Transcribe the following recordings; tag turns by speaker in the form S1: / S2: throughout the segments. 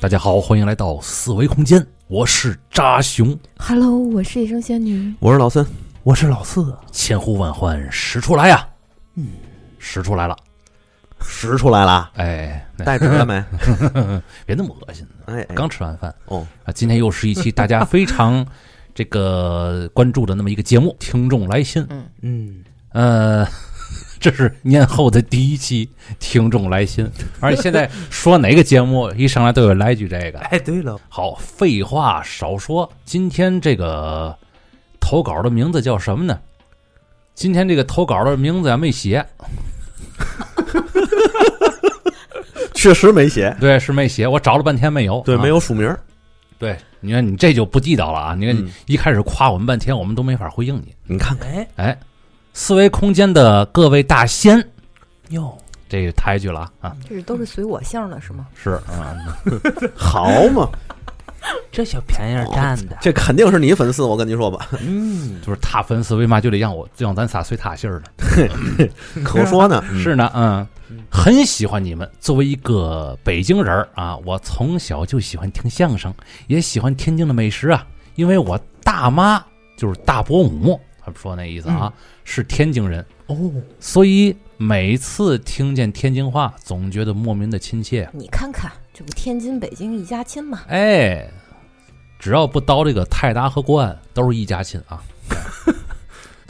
S1: 大家好，欢迎来到四维空间，我是扎熊。
S2: Hello，我是野生仙女。
S3: 我是老森，
S4: 我是老四，
S1: 千呼万唤始出来呀、嗯，使出来了。
S3: 识出来了，
S1: 哎，那
S3: 带纸了 没？
S1: 别那么恶心，
S3: 哎，哎
S1: 刚吃完饭
S3: 哦，
S1: 啊。今天又是一期大家非常 这个关注的那么一个节目，听众来信。
S4: 嗯，
S1: 呃， 这是年后的第一期听众来信，而且现在说哪个节目，一上来都有来一句这个。
S4: 哎，对了，
S1: 好，废话少说，今天这个投稿的名字叫什么呢？今天这个投稿的名字啊没写，
S3: 确实没写，
S1: 对，是没写，我找了半天没有，
S3: 对，
S1: 啊
S3: 没有署名，
S1: 对，你看你这就不地道了啊！你看你
S3: 嗯
S1: 一开始夸我们半天，我们都没法回应你。
S3: 你看看，
S4: 哎
S1: 哎，四维空间的各位大仙，
S4: 哟，
S1: 这个抬举了啊！
S2: 这是都是随我姓的是吗？
S1: 是啊，
S3: 好嘛，
S4: 这小便宜儿占的，
S3: 这肯定是你粉丝，我跟你说 吧，
S4: 嗯，
S1: 就是他粉丝为嘛就得让我就让咱仨随他姓儿呢？
S3: 可说呢，
S1: 是呢，嗯，很喜欢你们。作为一个北京人儿啊，我从小就喜欢听相声，也喜欢天津的美食啊，因为我大妈就是大伯母，他们说那意思啊，是天津人，
S4: 哦，
S1: 所以每次听见天津话，总觉得莫名的亲切。啊
S2: 你看看，这不天津、北京一家亲吗？
S1: 哎，只要不叨这个泰达和国安，都是一家亲啊。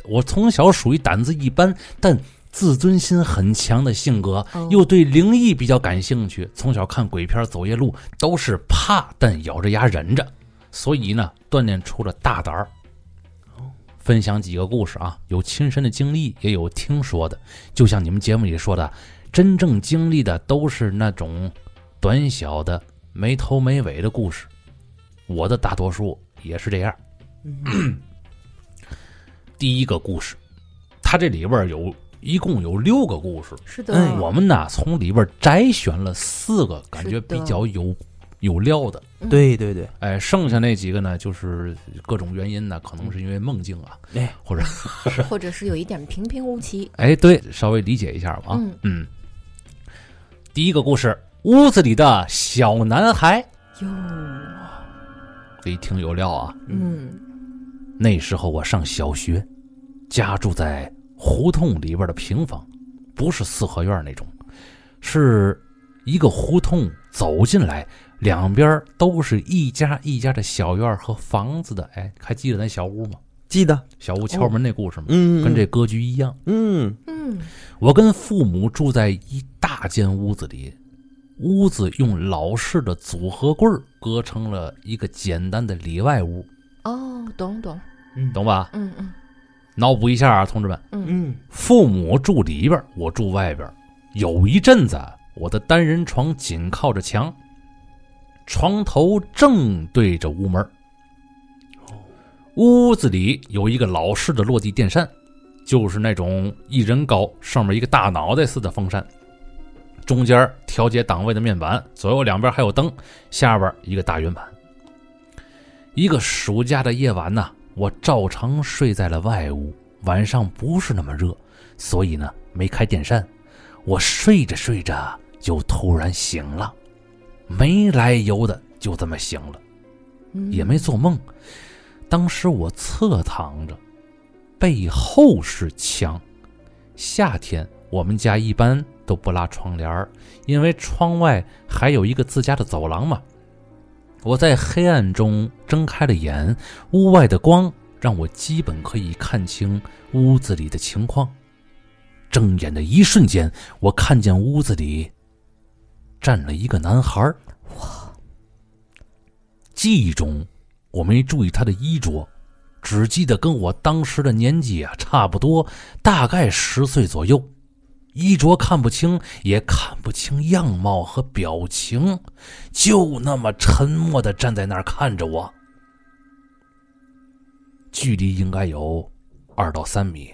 S1: 我从小属于胆子一般，但自尊心很强的性格
S2: 哦，
S1: 又对灵异比较感兴趣。从小看鬼片、走夜路，都是怕但咬着牙忍着，所以呢，锻炼出了大胆儿。分享几个故事啊，有亲身的经历，也有听说的。就像你们节目里说的，真正经历的都是那种短小的、没头没尾的故事。我的大多数也是这样。第一个故事，它这里边儿有一共有六个故事，
S2: 是的，
S1: 哎我们呢从里边儿摘选了四个感觉
S2: 是的
S1: 比较有有料的，
S4: 对对对，
S1: 哎，剩下那几个呢，就是各种原因呢，可能是因为梦境啊，
S4: 哎，
S1: 或者
S2: 或者是有一点平平无奇。
S1: 哎，对，稍微理解一下吧啊，
S2: 嗯
S1: 嗯。第一个故事，屋子里的小男孩，
S2: 哟，
S1: 这一听有料啊，
S2: 嗯
S1: 那时候我上小学，家住在胡同里边的平房，不是四合院那种，是一个胡同走进来，两边都是一家一家的小院和房子的。哎，还记得那小屋吗？
S3: 记得，
S1: 小屋敲门那故事吗？
S3: 哦嗯，
S1: 跟这，格局一样。
S3: 嗯，
S2: 嗯，
S1: 我跟父母住在一大间屋子里，屋子用老式的组合柜儿隔成了一个简单的里外屋，
S2: 哦，懂懂，
S4: 嗯，
S1: 懂吧？
S2: 嗯嗯
S1: 脑补一下啊，同志们。
S4: 嗯，
S1: 父母住里边儿，我住外边儿。有一阵子啊，我的单人床紧靠着墙，床头正对着屋门儿。屋子里有一个老式的落地电扇，就是那种一人高，上面一个大脑袋似的风扇，中间儿调节档位的面板，左右两边还有灯，下边儿一个大圆盘。一个暑假的夜晚呐，我照常睡在了外屋，晚上不是那么热，所以呢没开电扇。我睡着睡着就突然醒了，没来由的就这么醒了，
S2: 嗯，
S1: 也没做梦。当时我侧躺着，背后是墙。夏天我们家一般都不拉窗帘儿，因为窗外还有一个自家的走廊嘛。我在黑暗中睁开了眼，屋外的光让我基本可以看清屋子里的情况。睁眼的一瞬间，我看见屋子里站了一个男孩哇！记忆中我没注意他的衣着，只记得跟我当时的年纪啊差不多，大概十岁左右。衣着看不清，也看不清样貌和表情，就那么沉默的站在那儿看着我。距离应该有二到三米。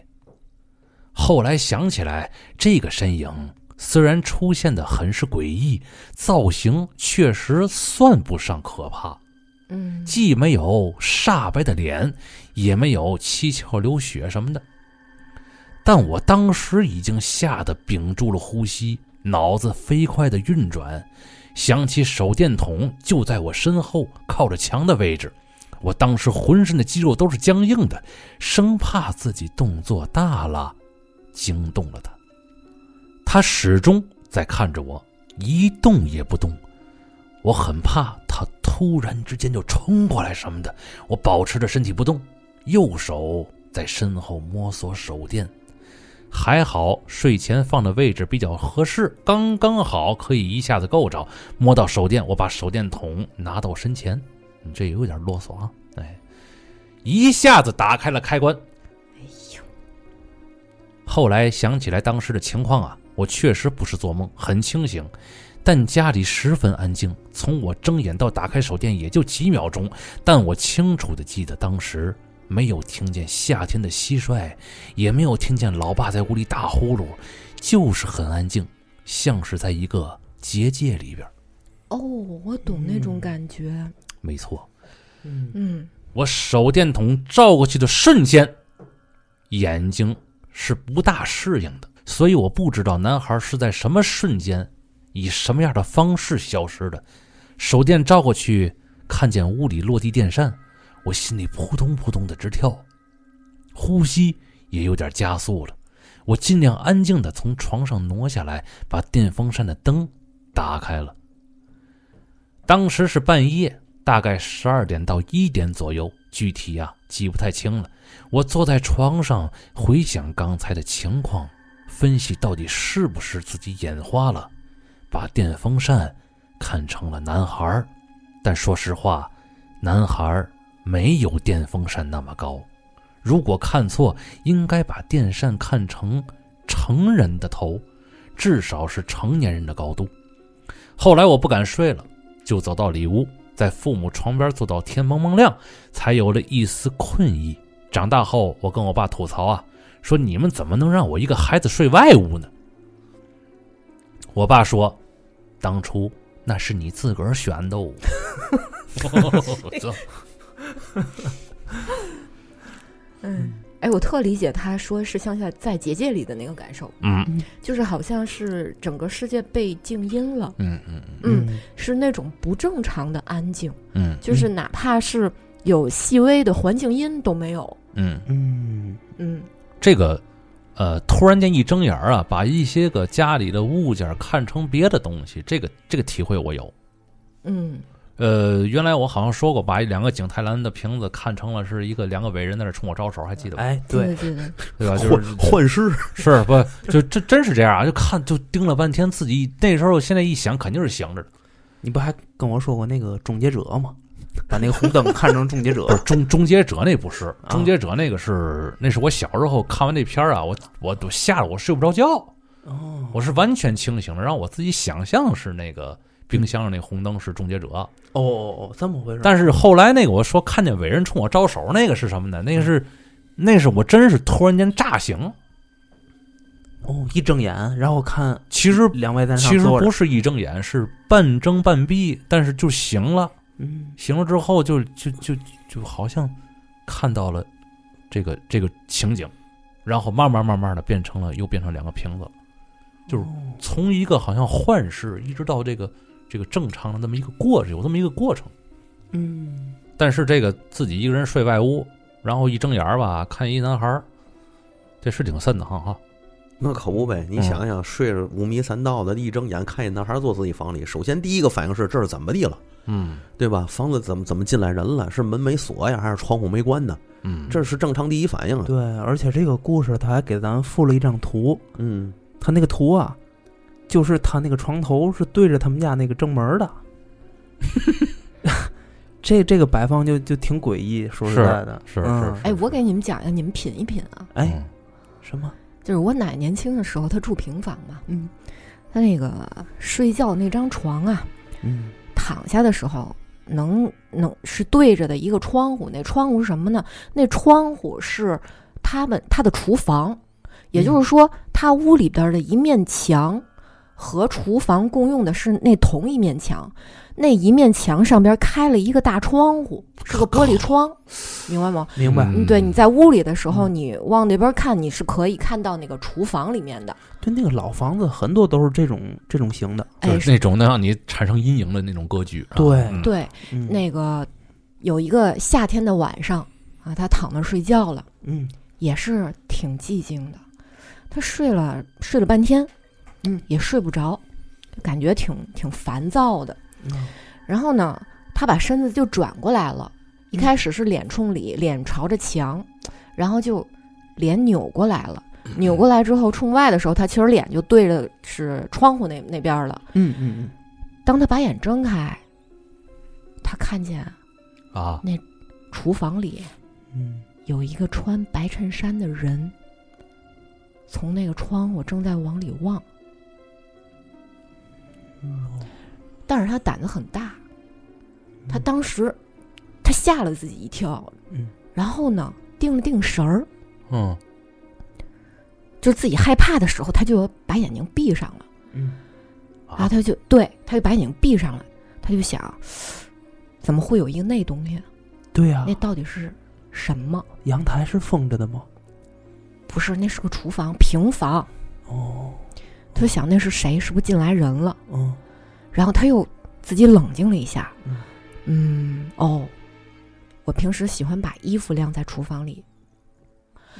S1: 后来想起来，这个身影虽然出现的很是诡异，造型确实算不上可怕，
S2: 嗯
S1: 既没有煞白的脸，也没有七窍流血什么的。但我当时已经吓得屏住了呼吸，脑子飞快的运转，想起手电筒就在我身后靠着墙的位置，我当时浑身的肌肉都是僵硬的，生怕自己动作大了惊动了他。他始终在看着我，一动也不动。我很怕他突然之间就冲过来什么的，我保持着身体不动，右手在身后摸索手电。还好睡前放的位置比较合适，刚刚好可以一下子够着。摸到手电，我把手电筒拿到身前，你这有点啰嗦啊，哎，一下子打开了开关。
S2: 哎呦，
S1: 后来想起来当时的情况啊，我确实不是做梦，很清醒，但家里十分安静，从我睁眼到打开手电也就几秒钟，但我清楚的记得当时没有听见夏天的蟋蟀，也没有听见老爸在屋里打呼噜，就是很安静，像是在一个结界里边儿。
S2: 哦，我懂那种感觉。
S1: 没错，
S4: 嗯，
S2: 嗯，
S1: 我手电筒照过去的瞬间，眼睛是不大适应的，所以我不知道男孩是在什么瞬间，以什么样的方式消失的。手电照过去，看见屋里落地电扇，我心里扑通扑通的直跳，呼吸也有点加速了。我尽量安静的从床上挪下来，把电风扇的灯打开了。当时是半夜，大概十二点到一点左右，具体啊记不太清了。我坐在床上回想刚才的情况，分析到底是不是自己眼花了，把电风扇看成了男孩儿。但说实话，男孩儿没有电风扇那么高，如果看错，应该把电扇看成成人的头，至少是成年人的高度。后来我不敢睡了。就走到里屋，在父母床边坐到天蒙蒙亮，才有了一丝困意。长大后，我跟我爸吐槽啊，说你们怎么能让我一个孩子睡外屋呢？我爸说，当初那是你自个儿选的哦。我操
S2: 嗯，哎，我特理解他说是像在在结界里的那个感受，
S1: 嗯
S2: 就是好像是整个世界被静音了，
S1: 嗯嗯
S2: 嗯，是那种不正常的安静，
S1: 嗯
S2: 就是哪怕是有细微的环境音都没有，
S1: 嗯，
S4: 嗯，
S2: 嗯
S1: 这个呃，突然间一睁眼儿啊，把一些个家里的物件看成别的东西，这个这个体会我有。
S2: 嗯
S1: 呃，原来我好像说过，把两个景泰蓝的瓶子看成了是一个两个伟人在那冲我招手，还记得吧？
S4: 哎，对，
S2: 记得记
S1: 对吧？就
S3: 幻
S1: 是
S3: 幻视，
S1: 是不就真真是这样啊？就看就盯了半天，自己那时候现在一想，肯定是醒着的。
S4: 你不还跟我说过那个终结者吗？ 把那个红灯看成终结者
S1: 不是终终结者那不是，
S4: 啊
S1: 终结者那个是那是我小时候看完那片儿啊，我我都吓得我睡不着觉，
S4: 哦
S1: 我是完全清醒的，让我自己想象是那个冰箱上那红灯是终结者，
S4: 哦哦，这么回事儿？
S1: 但是后来那个我说看见伟人冲我招手，那个是什么呢？那个
S4: 嗯
S1: 是，那是我真是突然间炸醒。
S4: 哦，一睁眼，然后看
S1: 其实
S4: 两位在那
S1: 其实
S4: 嗯坐着
S1: 不，是一睁眼，是半睁半闭，但是就醒了。
S4: 嗯，
S1: 醒了之后就就就就好像看到了这个这个情景，然后慢慢慢慢的变成了又变成两个瓶子了，就是
S4: 哦
S1: 从一个好像幻视一直到这个这个正常的这么一个过程，有这么一个过程。
S4: 嗯，
S1: 但是这个自己一个人睡外屋，然后一睁眼儿吧，看一男孩儿，这是挺瘆得慌哈。
S3: 那可不呗！你
S1: 嗯
S3: 想想，睡着五迷三道的，一睁眼看见男孩坐自己房里，首先第一个反应是这是怎么地了，
S1: 嗯
S3: 对吧？房子怎么怎么进来人了？是门没锁呀，还是窗户没关呢？
S1: 嗯
S3: 这是正常第一反应啊。
S4: 对，而且这个故事他还给咱附了一张图，
S3: 嗯，
S4: 他那个图啊，就是他那个床头是对着他们家那个正门儿的。 这这个摆放就就挺诡异，说实
S1: 是
S4: 在的，
S1: 是
S4: 嗯
S1: 是
S2: 哎，我给你们讲讲，你们品一品啊。
S4: 哎，什么？
S2: 就是我奶年轻的时候，她住平房嘛，
S4: 嗯
S2: 她那个睡觉那张床啊，
S4: 嗯
S2: 躺下的时候能能是对着的一个窗户，那窗户是什么呢？那窗户是他们他的厨房，也就是说，他屋里边的一面墙和厨房共用的是那同一面墙，那一面墙上边开了一个大窗户，是个玻璃窗，明白吗？
S4: 明白？
S1: 嗯
S2: 嗯，对，你在屋里的时候，你往那边看，你是可以看到那个厨房里面的。
S4: 对，那个老房子很多都是这种这种型的。
S1: 就
S2: 哎，
S1: 是那种能让你产生阴影的那种格局。啊
S4: 对
S1: 嗯
S2: 对，
S4: 嗯，
S2: 那个有一个夏天的晚上啊，他躺那儿睡觉了，
S4: 嗯，
S2: 也是挺寂静的。他睡了睡了半天，嗯，也睡不着，就感觉挺挺烦躁的。
S4: 嗯
S2: 然后呢，他把身子就转过来了，一
S4: 嗯
S2: 开始是脸冲里，脸朝着墙，然后就脸扭过来了。
S4: 嗯
S2: 扭过来之后，冲外的时候，他其实脸就对着是窗户那那边儿了。
S4: 嗯嗯
S2: 当他把眼睁开，他看见
S1: 啊，
S2: 厨房里
S4: 嗯嗯，
S2: 有一个穿白衬衫的人，从那个窗户正在往里望。但是他胆子很大，他当时他吓了自己一跳，
S4: 嗯，
S2: 然后呢，定了定神儿，
S1: 嗯，
S2: 就自己害怕的时候，他就把眼睛闭上了，
S4: 嗯
S2: 然后他就对，他就把眼睛闭上了，他就想，怎么会有一个那东西？啊
S4: 对呀
S2: 那，到底是什么？
S4: 阳台是封着的吗？
S2: 不是，那是个厨房平房，
S4: 哦，
S2: 他就想那是谁？是不是进来人了？
S4: 嗯
S2: 然后他又自己冷静了一下
S4: 嗯，
S2: 嗯，哦，我平时喜欢把衣服晾在厨房里，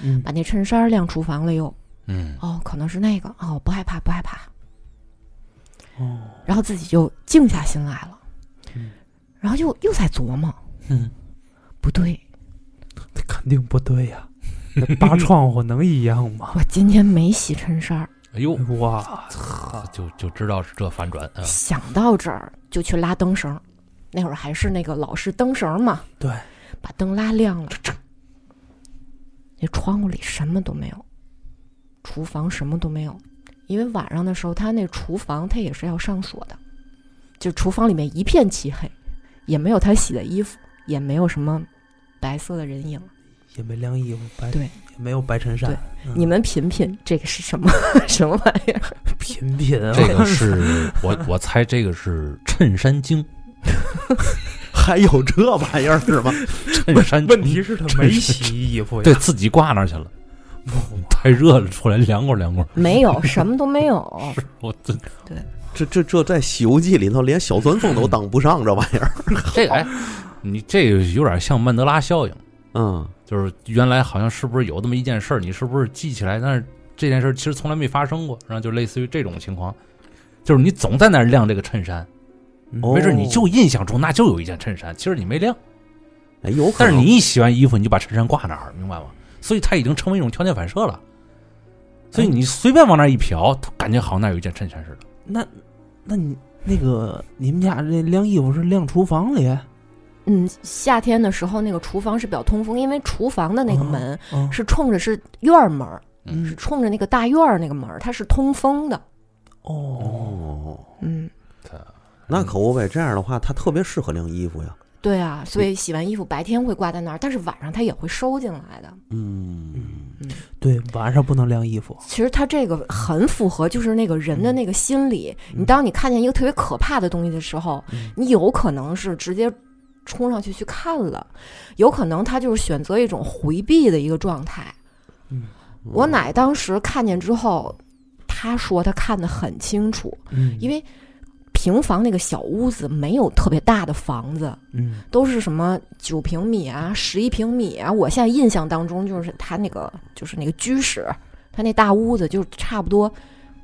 S4: 嗯
S2: 把那衬衫晾厨房里哟。
S1: 嗯，
S2: 哦，可能是那个，哦，不害怕，不害怕。
S4: 哦，
S2: 然后自己就静下心来了，
S4: 嗯
S2: 然后又又在琢磨，
S1: 嗯，
S2: 不对，
S4: 那肯定不对呀，那扒窗户能一样吗？
S2: 我今天没洗衬衫儿。
S1: 哎
S4: 嗯
S1: 呦，
S4: 哇，
S1: 就就知道是这反转啊，
S2: 想到这儿就去拉灯绳儿，那会儿还是那个老式灯绳儿嘛，
S4: 对，
S2: 把灯拉亮了，那窗户里什么都没有，厨房什么都没有，因为晚上的时候他那厨房他也是要上锁的，就厨房里面一片漆黑，也没有他洗的衣服，也没有什么白色的人影。
S4: 也没晾衣服，白
S2: 对
S4: 也没有白衬衫嗯
S2: 对，你们品品这个是什么 什么玩意儿？
S4: 品品啊，
S1: 这个是我我猜这个是衬衫 精，
S3: 还有这玩意儿是吧？
S1: 衬衫精
S4: 问题是他没
S1: 真是
S4: 洗衣服呀哦
S1: 对，自己挂那儿去了，太热了，出来凉快凉快。
S2: 没有，什么都没 有。
S1: 我这
S3: 这这这在《西游记》里头连小钻风都当不上这玩意儿。
S1: 这个哎，你这个有点像曼德拉效应，
S3: 嗯，
S1: 就是原来好像是不是有那么一件事儿，你是不是记起来，但是这件事儿其实从来没发生过，然后就类似于这种情况，就是你总在那儿晾这个衬衫，
S4: 嗯
S3: 哦
S1: 没准你就印象中那就有一件衬衫，其实你没晾，
S3: 哎，有可
S1: 但
S3: 能。
S1: 是你一洗完衣服你就把衬衫挂那儿，明白吗？所以它已经成为一种条件反射了。所以你随便往那儿一瞟，它感觉好像那儿有一件衬衫似的。
S4: 那那你那个你们家这晾衣服是晾厨房里？
S2: 嗯，夏天的时候那个厨房是比较通风，因为厨房的那个门
S4: 哦，
S2: 是冲着是院儿门儿，
S4: 嗯
S2: 是冲着那个大院儿那个门儿，它是通风的。
S4: 哦，
S3: 哦，
S2: 嗯，
S3: 那可不呗。这样的话，它特别适合晾衣服呀。
S2: 对啊，所以洗完衣服白天会挂在那儿，但是晚上它也会收进来的。
S3: 嗯
S4: 嗯，
S2: 嗯，
S4: 对，晚上不能晾衣服。
S2: 其实它这个很符合就是那个人的那个心理。
S4: 嗯
S2: 你当你看见一个特别可怕的东西的时候，
S4: 嗯
S2: 你有可能是直接冲上去去看了，有可能他就是选择一种回避的一个状态。我
S3: 嗯
S2: 奶当时看见之后，她说她看得很清楚，
S4: 嗯，
S2: 因为平房那个小屋子没有特别大的房子，
S4: 嗯
S2: 都是什么九平米啊、十一平米啊。我现在印象当中就是她那个就是那个居室，她那大屋子就差不多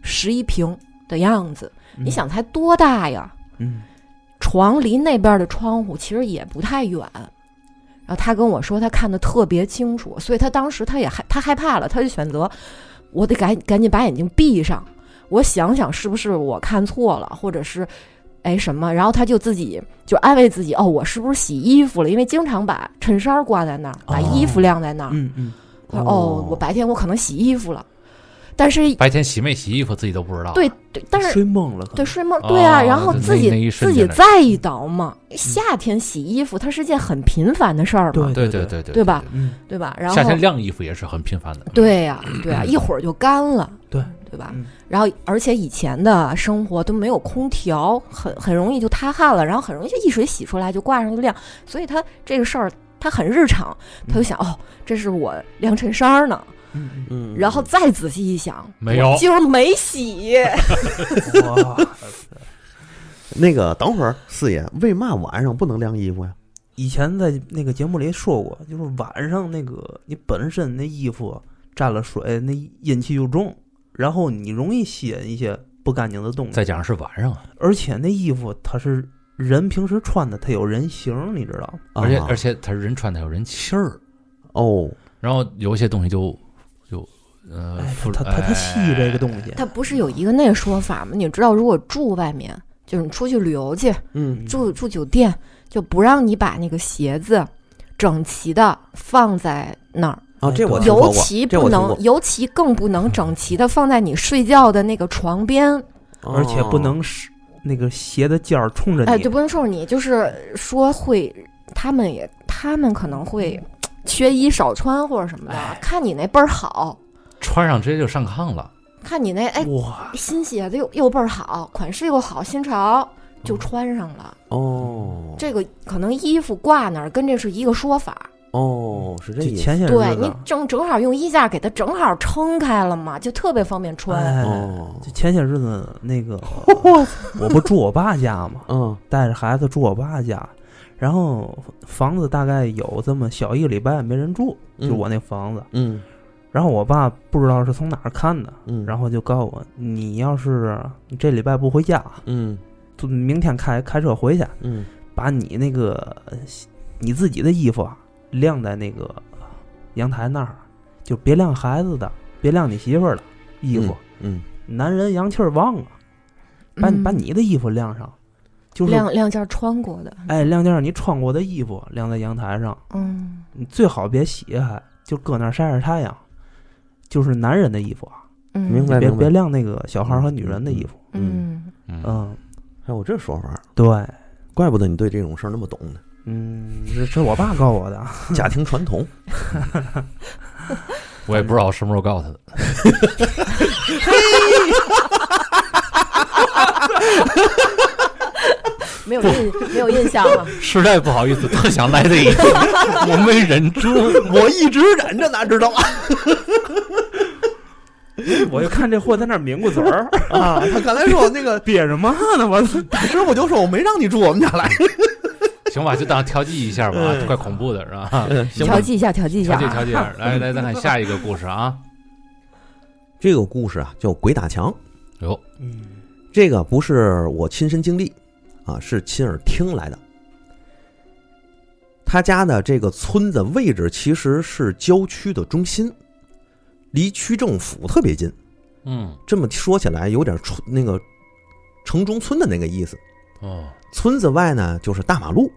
S2: 十一平的样子。你想才多大呀？
S4: 嗯
S2: 床离那边的窗户其实也不太远。然后他跟我说，他看得特别清楚，所以他当时他也害他害怕了，他就选择我得赶赶紧把眼睛闭上，我想想是不是我看错了，或者是哎什么，然后他就自己就安慰自己，哦，我是不是洗衣服了？因为经常把衬衫挂在那儿，把衣服晾在那儿，哦
S4: 嗯嗯
S2: 他说哦，我白天我可能洗衣服了。但是
S1: 白天洗没洗衣服自己都不知道。
S2: 对，对但是
S4: 睡梦了，可
S2: 对
S4: 能
S2: 睡梦对啊，
S1: 哦
S2: 然后
S1: 那
S2: 自
S1: 那
S2: 己
S1: 一
S2: 自
S1: 瞬
S2: 己
S1: 间的
S2: 再一倒嘛，
S4: 嗯
S2: 夏天洗衣服它是件很频繁的事儿嘛，
S1: 对
S4: 对
S1: 对
S4: 对
S1: 对对，
S2: 对吧？
S4: 嗯，
S2: 对吧？然后
S1: 夏天晾嗯衣服也是很频繁的。
S2: 对呀、对呀、一会儿就干了，
S4: 对
S2: 对吧？
S4: 嗯
S2: 然后而且以前的生活都没有空调，很很容易就塌汗了，然后很容易就一水洗出来就挂上就晾，所以他这个事儿他很日常，他就
S1: 嗯
S2: 想、哦，这是我晾衬衫儿呢，
S4: 嗯嗯
S3: 嗯，
S2: 然后再仔细一想，
S1: 没有
S2: 我今儿没洗，
S4: 哇，
S3: 那个等会儿四爷为嘛晚上不能晾衣服呀？
S4: 以前在那个节目里说过，就是晚上那个你本身那衣服沾了水，那阴气就重，然后你容易吸引一些不干净的东西
S1: 再。加上是晚上啊，
S4: 而且那衣服它是人平时穿的，它有人形儿，你知道吗？
S1: 而且
S3: 啊
S1: 而且它人穿的有人气儿，
S3: 哦，
S1: 然后有一些东西就就呃
S4: 哎，，
S1: 附
S4: 它它它它吸这个东西，
S2: 他不是有一个那个说法吗？你知道，如果住外面，就是你出去旅游去，
S3: 嗯，
S2: 住住酒店，就不让你把那个鞋子整齐的放在那儿，
S3: 啊，这我听说
S4: 对
S2: 尤
S3: 过，
S2: 其
S3: 这
S2: 不
S3: 我听
S2: 能
S3: 过，，嗯
S2: 尤其更不能整齐的放在你睡觉的那个床边，
S4: 而且不
S3: 哦
S4: 能是那个鞋的尖儿冲着你。
S2: 哎，对，不能说你，就是说会，他们也，他们可能会
S3: 嗯
S2: 缺衣少穿或者什么的，
S3: 哎
S2: 看你那倍儿好，
S1: 穿上直接就上炕了。
S2: 看你那哎
S4: 哇，
S3: 嗯
S2: 新鞋子又又倍儿好，款式又好，新潮
S3: 嗯
S2: 就穿上了。
S3: 哦，
S2: 这个可能衣服挂那儿跟这是一个说法，
S3: 哦是这
S4: 这
S3: 意思
S4: 前些
S2: 对
S4: 日
S2: 你
S4: 子，
S2: 正正好用衣架给它正好撑开了嘛，就特别方便穿。
S4: 哎，
S3: 哦，
S4: 就前些日子那 个我不住我爸家嘛，
S3: 嗯
S4: 带着孩子住我爸家，然后房子大概有这么小一个礼拜没人住，
S3: 嗯
S4: 就我那房子。
S3: 嗯
S4: 然后我爸不知道是从哪儿看的，
S3: 嗯，
S4: 然
S3: 后
S4: 后就告诉我，你要是你这礼拜不回家，
S3: 嗯
S4: 就明天开开车回去，
S3: 嗯
S4: 把你那个你自己的衣服啊晾在那个阳台那儿，就别晾孩子的，别晾你媳妇儿的衣服。
S3: 嗯，
S4: 男人阳气儿旺啊，把你、把你的衣服晾上，就是
S2: 亮亮嗯件穿过的，
S4: 哎晾件儿你穿过的衣服晾在阳台上，
S2: 嗯
S4: 你最好别洗，还就搁那儿晒晒太阳。就是男人的衣服啊，
S2: 嗯，
S3: 明白
S4: 别别晾那个小孩儿和女人的衣服。
S2: 嗯，
S1: 嗯，
S4: 嗯，
S3: 还有哎这说法儿，
S4: 对，
S3: 怪不得你对这种事儿那么懂呢，
S4: 嗯，这是我爸告我的。
S3: 家庭传统，
S1: 我也不知道我什么时候告诉他的。
S2: 没有印没有印象了。
S1: 实在不好意思，特想来这 一句，我没忍住。
S3: 我一直忍着，哪知道啊？
S4: 我就看这货在那儿抿过嘴儿，啊
S3: 他刚才说那个
S4: 憋着嘛呢？我
S3: 大师傅就说我没让你住我们家来，
S1: 行吧，就当调剂一下吧，
S3: 嗯
S1: 怪恐怖的是 吧？
S3: 行
S2: 调剂一下，调剂一下
S1: 调剂
S2: 啊。
S1: 调剂，来来，咱看下一个故事啊。
S3: 这个故事啊叫《鬼打墙》，
S1: 哟，
S4: 嗯
S3: 这个不是我亲身经历啊，是亲耳听来的。他家的这个村子位置其实是郊区的中心，离区政府特别近。
S1: 嗯，
S3: 这么说起来，有点出那个城中村的那个意思。
S1: 哦，
S3: 村子外呢，就是大马路，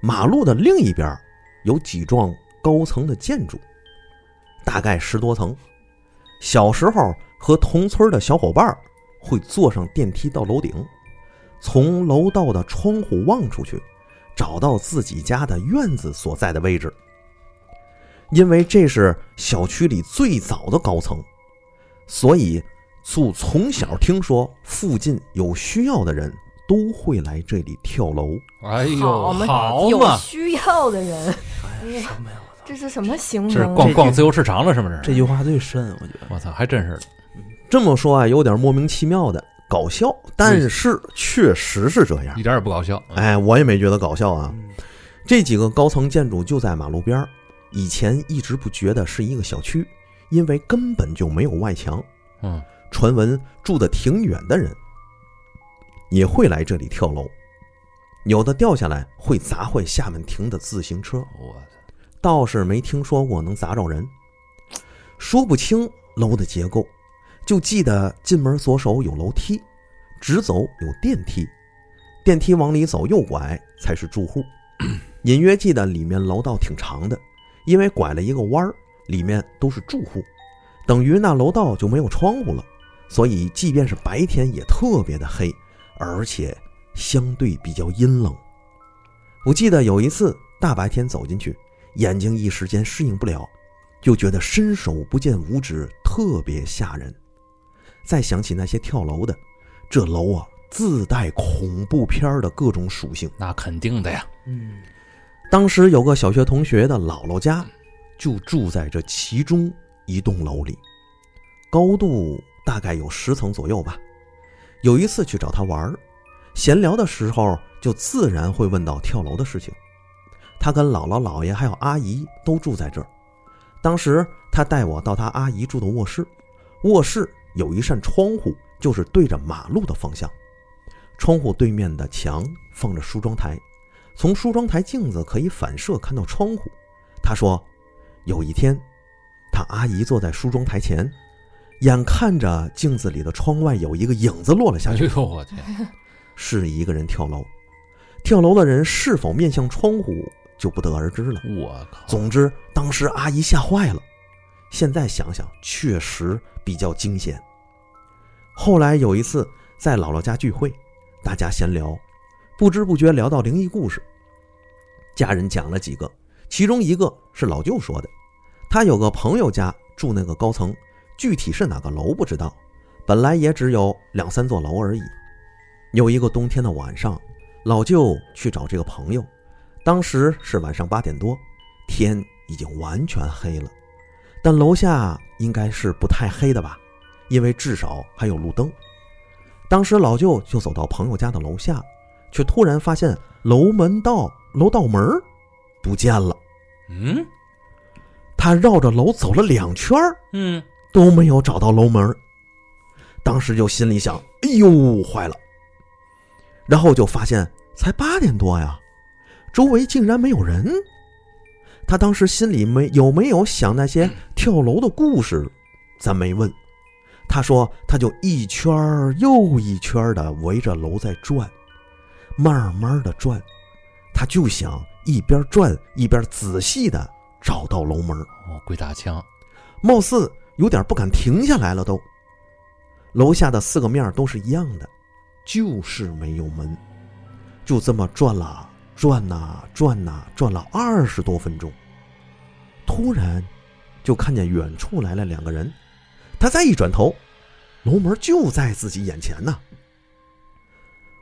S3: 马路的另一边儿有几幢高层的建筑，大概十多层。小时候和同村的小伙伴儿会坐上电梯到楼顶，从楼道的窗户望出去，找到自己家的院子所在的位置。因为这是小区里最早的高层，所以就从小听说附近有需要的人都会来这里跳楼。
S1: 哎
S2: 好
S1: 呦，
S2: 嘛，
S1: 好
S2: 有
S1: 嘛，
S2: 需要的人，
S4: 什么呀？我
S2: 这是什么形
S1: 这是
S2: 容？
S1: 逛逛自由市场了，是不是？
S4: 这句话最深，我觉得。
S1: 我操，还真是的。
S3: 这么说啊，有点莫名其妙的搞笑，但是确实是这样
S1: 一。点也不搞笑。，
S3: 哎，我也没觉得搞笑啊。
S4: 嗯
S3: 这几个高层建筑就在马路边儿，以前一直不觉得是一个小区，因为根本就没有外墙。
S1: 嗯，
S3: 传闻住的挺远的人也会来这里跳楼，有的掉下来会砸坏下面停的自行车，
S1: 我
S3: 倒是没听说过能砸着人。说不清楼的结构，就记得进门左手有楼梯，直走有电梯，电梯往里走右拐才是住户。隐约记得里面楼道挺长的，因为拐了一个弯儿，里面都是住户。等于那楼道就没有窗户了，所以即便是白天也特别的黑，而且相对比较阴冷。我记得有一次大白天走进去，眼睛一时间适应不了，就觉得伸手不见五指，特别吓人。再想起那些跳楼的，这楼啊自带恐怖片儿的各种属性。
S1: 那肯定的呀。
S4: 嗯，
S3: 当时有个小学同学的姥姥家，就住在这其中一栋楼里，高度大概有十层左右吧。有一次去找他玩儿，闲聊的时候就自然会问到跳楼的事情。他跟姥姥、姥爷还有阿姨都住在这儿。当时他带我到他阿姨住的卧室，卧室有一扇窗户，就是对着马路的方向。窗户对面的墙放着梳妆台，从梳妆台镜子可以反射看到窗户。他说，有一天，他阿姨坐在梳妆台前，眼看着镜子里的窗外有一个影子落了下
S1: 哎
S3: 去。
S1: 呦我去，
S3: 是一个人跳楼。跳楼的人是否面向窗户就不得而知了。
S1: 我靠！
S3: 总之，当时阿姨吓坏了。现在想想，确实比较惊险。后来有一次在姥姥家聚会，大家闲聊，不知不觉聊到灵异故事。家人讲了几个，其中一个是老舅说的，他有个朋友家住那个高层，具体是哪个楼不知道，本来也只有两三座楼而已。有一个冬天的晚上，老舅去找这个朋友，当时是晚上八点多，天已经完全黑了，但楼下应该是不太黑的吧，因为至少还有路灯。当时老舅就走到朋友家的楼下，却突然发现楼门道楼道门儿不见了。
S1: 嗯
S3: 他绕着楼走了两圈儿
S1: 嗯，
S3: 都没有找到楼门儿，当时就心里想：“哎呦，坏了！”然后就发现才八点多呀，周围竟然没有人。他当时心里没有没有想那些跳楼的故事，咱没问。他说他就一圈儿又一圈儿的围着楼在转，慢慢的转，他就想一边转一边仔细的找到楼门儿。
S1: 哦，鬼打墙，
S3: 貌似有点不敢停下来了都。楼下的四个面儿都是一样的，就是没有门。就这么转啦转呐、转呐、转了二十多分钟，突然就看见远处来了两个人，他再一转头，楼门就在自己眼前呐、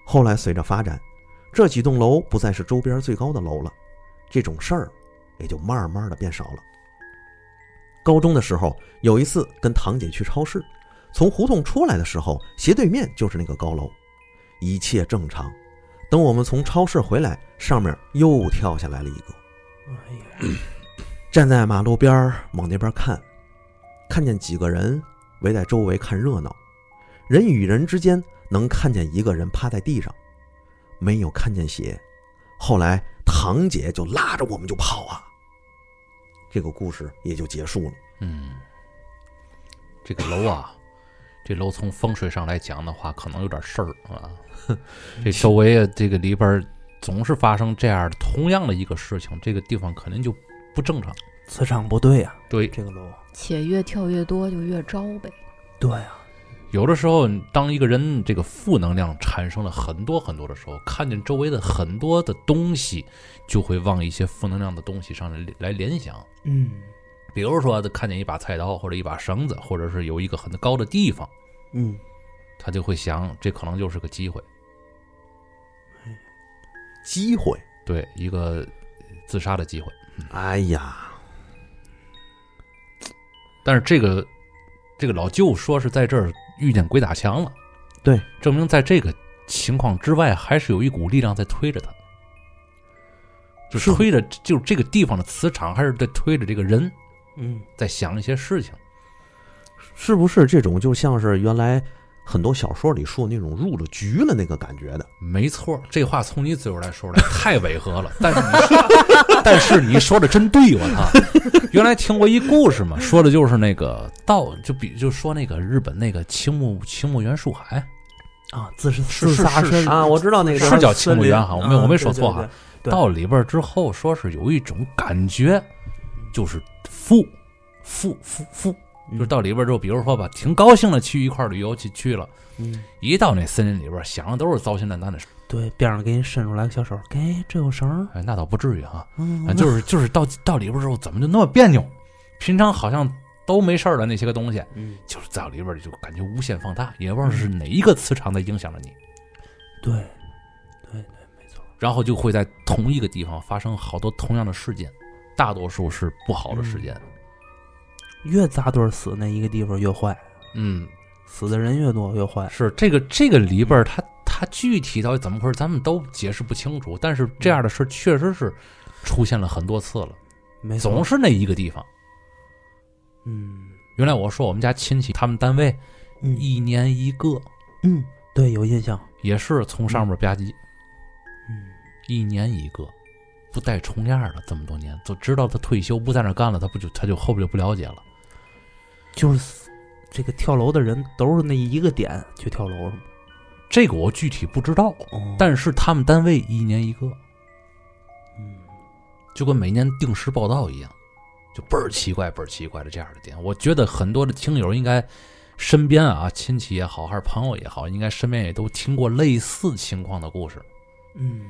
S3: 后来随着发展，这几栋楼不再是周边最高的楼了，这种事儿也就慢慢的变少了。高中的时候，有一次跟堂姐去超市，从胡同出来的时候，斜对面就是那个高楼，一切正常。等我们从超市回来，上面又跳下来了一个，
S4: 哎呀，
S3: 站在马路边儿往那边看，看见几个人围在周围看热闹，人与人之间能看见一个人趴在地上，没有看见血。后来堂姐就拉着我们就跑啊，这个故事也就结束了。
S1: 嗯，这个楼啊，这楼从风水上来讲的话，可能有点事儿啊。 这周围啊，这个里边儿总是发生这样的同样的一个事情，这个地方肯定就不正常。
S4: 磁场不对呀、啊
S1: 对，
S4: 这个楼。
S2: 且越跳越多就越招呗。
S4: 对呀、
S1: 有的时候，当一个人这个负能量产生了很多很多的时候，看见周围的很多的东西，就会往一些负能量的东西上来来联想。
S4: 嗯
S1: 比如说，他看见一把菜刀或者一把绳子，或者是有一个很高的地方，
S4: 嗯，
S1: 他就会想，这可能就是个机会，
S3: 机会。
S1: 对，一个自杀的机会。
S3: 哎呀，
S1: 但是这个这个老舅说是在这儿遇见鬼打墙了，
S3: 对，
S1: 证明在这个情况之外，还是有一股力量在推着他，就是推着就是这个地方的磁场，还是在推着这个人
S4: 嗯，
S1: 在想一些事情。
S3: 是不是这种就像是原来很多小说里说那种入了局了那个感觉的？
S1: 没错，这话从你嘴里来说出来太违和了，但是你，但是你说的 真对，我操！ 原来听过一故事嘛，说的就是那个道，就比就说那个日本那个青木青木原树海，
S4: 啊，自是
S1: 是
S4: 自杀
S1: 是是
S4: 身
S1: 是
S3: 啊，我知道那个
S1: 是
S3: 叫
S1: 叫青木原哈我没有我没说错哈。
S4: 啊对
S1: 到里边儿之后，说是有一种感觉，就是负负负负
S4: 嗯
S1: 就是到里边之后，比如说吧，挺高兴的去一块儿旅游去去了，
S4: 嗯，
S1: 一到那森林里边，想的都是糟心烂蛋的事儿。
S4: 对，边上给你伸出来个小手，给这有绳儿，
S1: 哎，那倒不至于哈、
S4: 嗯
S1: 啊，就是就是到到里边之后，怎么就那么别扭？平常好像都没事儿的那些个东西，
S4: 嗯，
S1: 就是在里边儿就感觉无限放大，也不知道是哪一个磁场在影响着你，
S4: 对，对对，没错，
S1: 然后就会在同一个地方发生好多同样的事件，大多数是不好的
S4: 嗯
S1: 事件。
S4: 越扎堆儿死那一个地方越坏，
S1: 嗯，
S4: 死的人越多越坏，
S1: 是这个这个里边儿它它具体到底怎么回事，咱们都解释不清楚。但是这样的事儿确实是出现了很多次了，
S4: 没错，
S1: 总是那一个地方。
S4: 嗯
S1: 原来我说我们家亲戚他们单位
S4: 嗯
S1: 一年一个，
S4: 嗯，对，有印象，
S1: 也是从上面吧唧，
S4: 嗯，
S1: 一年一个，不带重样的，这么多年，就知道他退休不在那儿干了，他不就他就后边就不了解了。
S4: 就是死这个跳楼的人都是那一个点去跳楼是吗？
S1: 这个我具体不知道，
S4: 哦，
S1: 但是他们单位一年一个，
S4: 嗯
S1: 就跟每年定时报道一样，就倍儿奇怪倍儿奇怪的这样的点。我觉得很多的听友应该身边啊，亲戚也好，还是朋友也好，应该身边也都听过类似情况的故事。
S4: 嗯，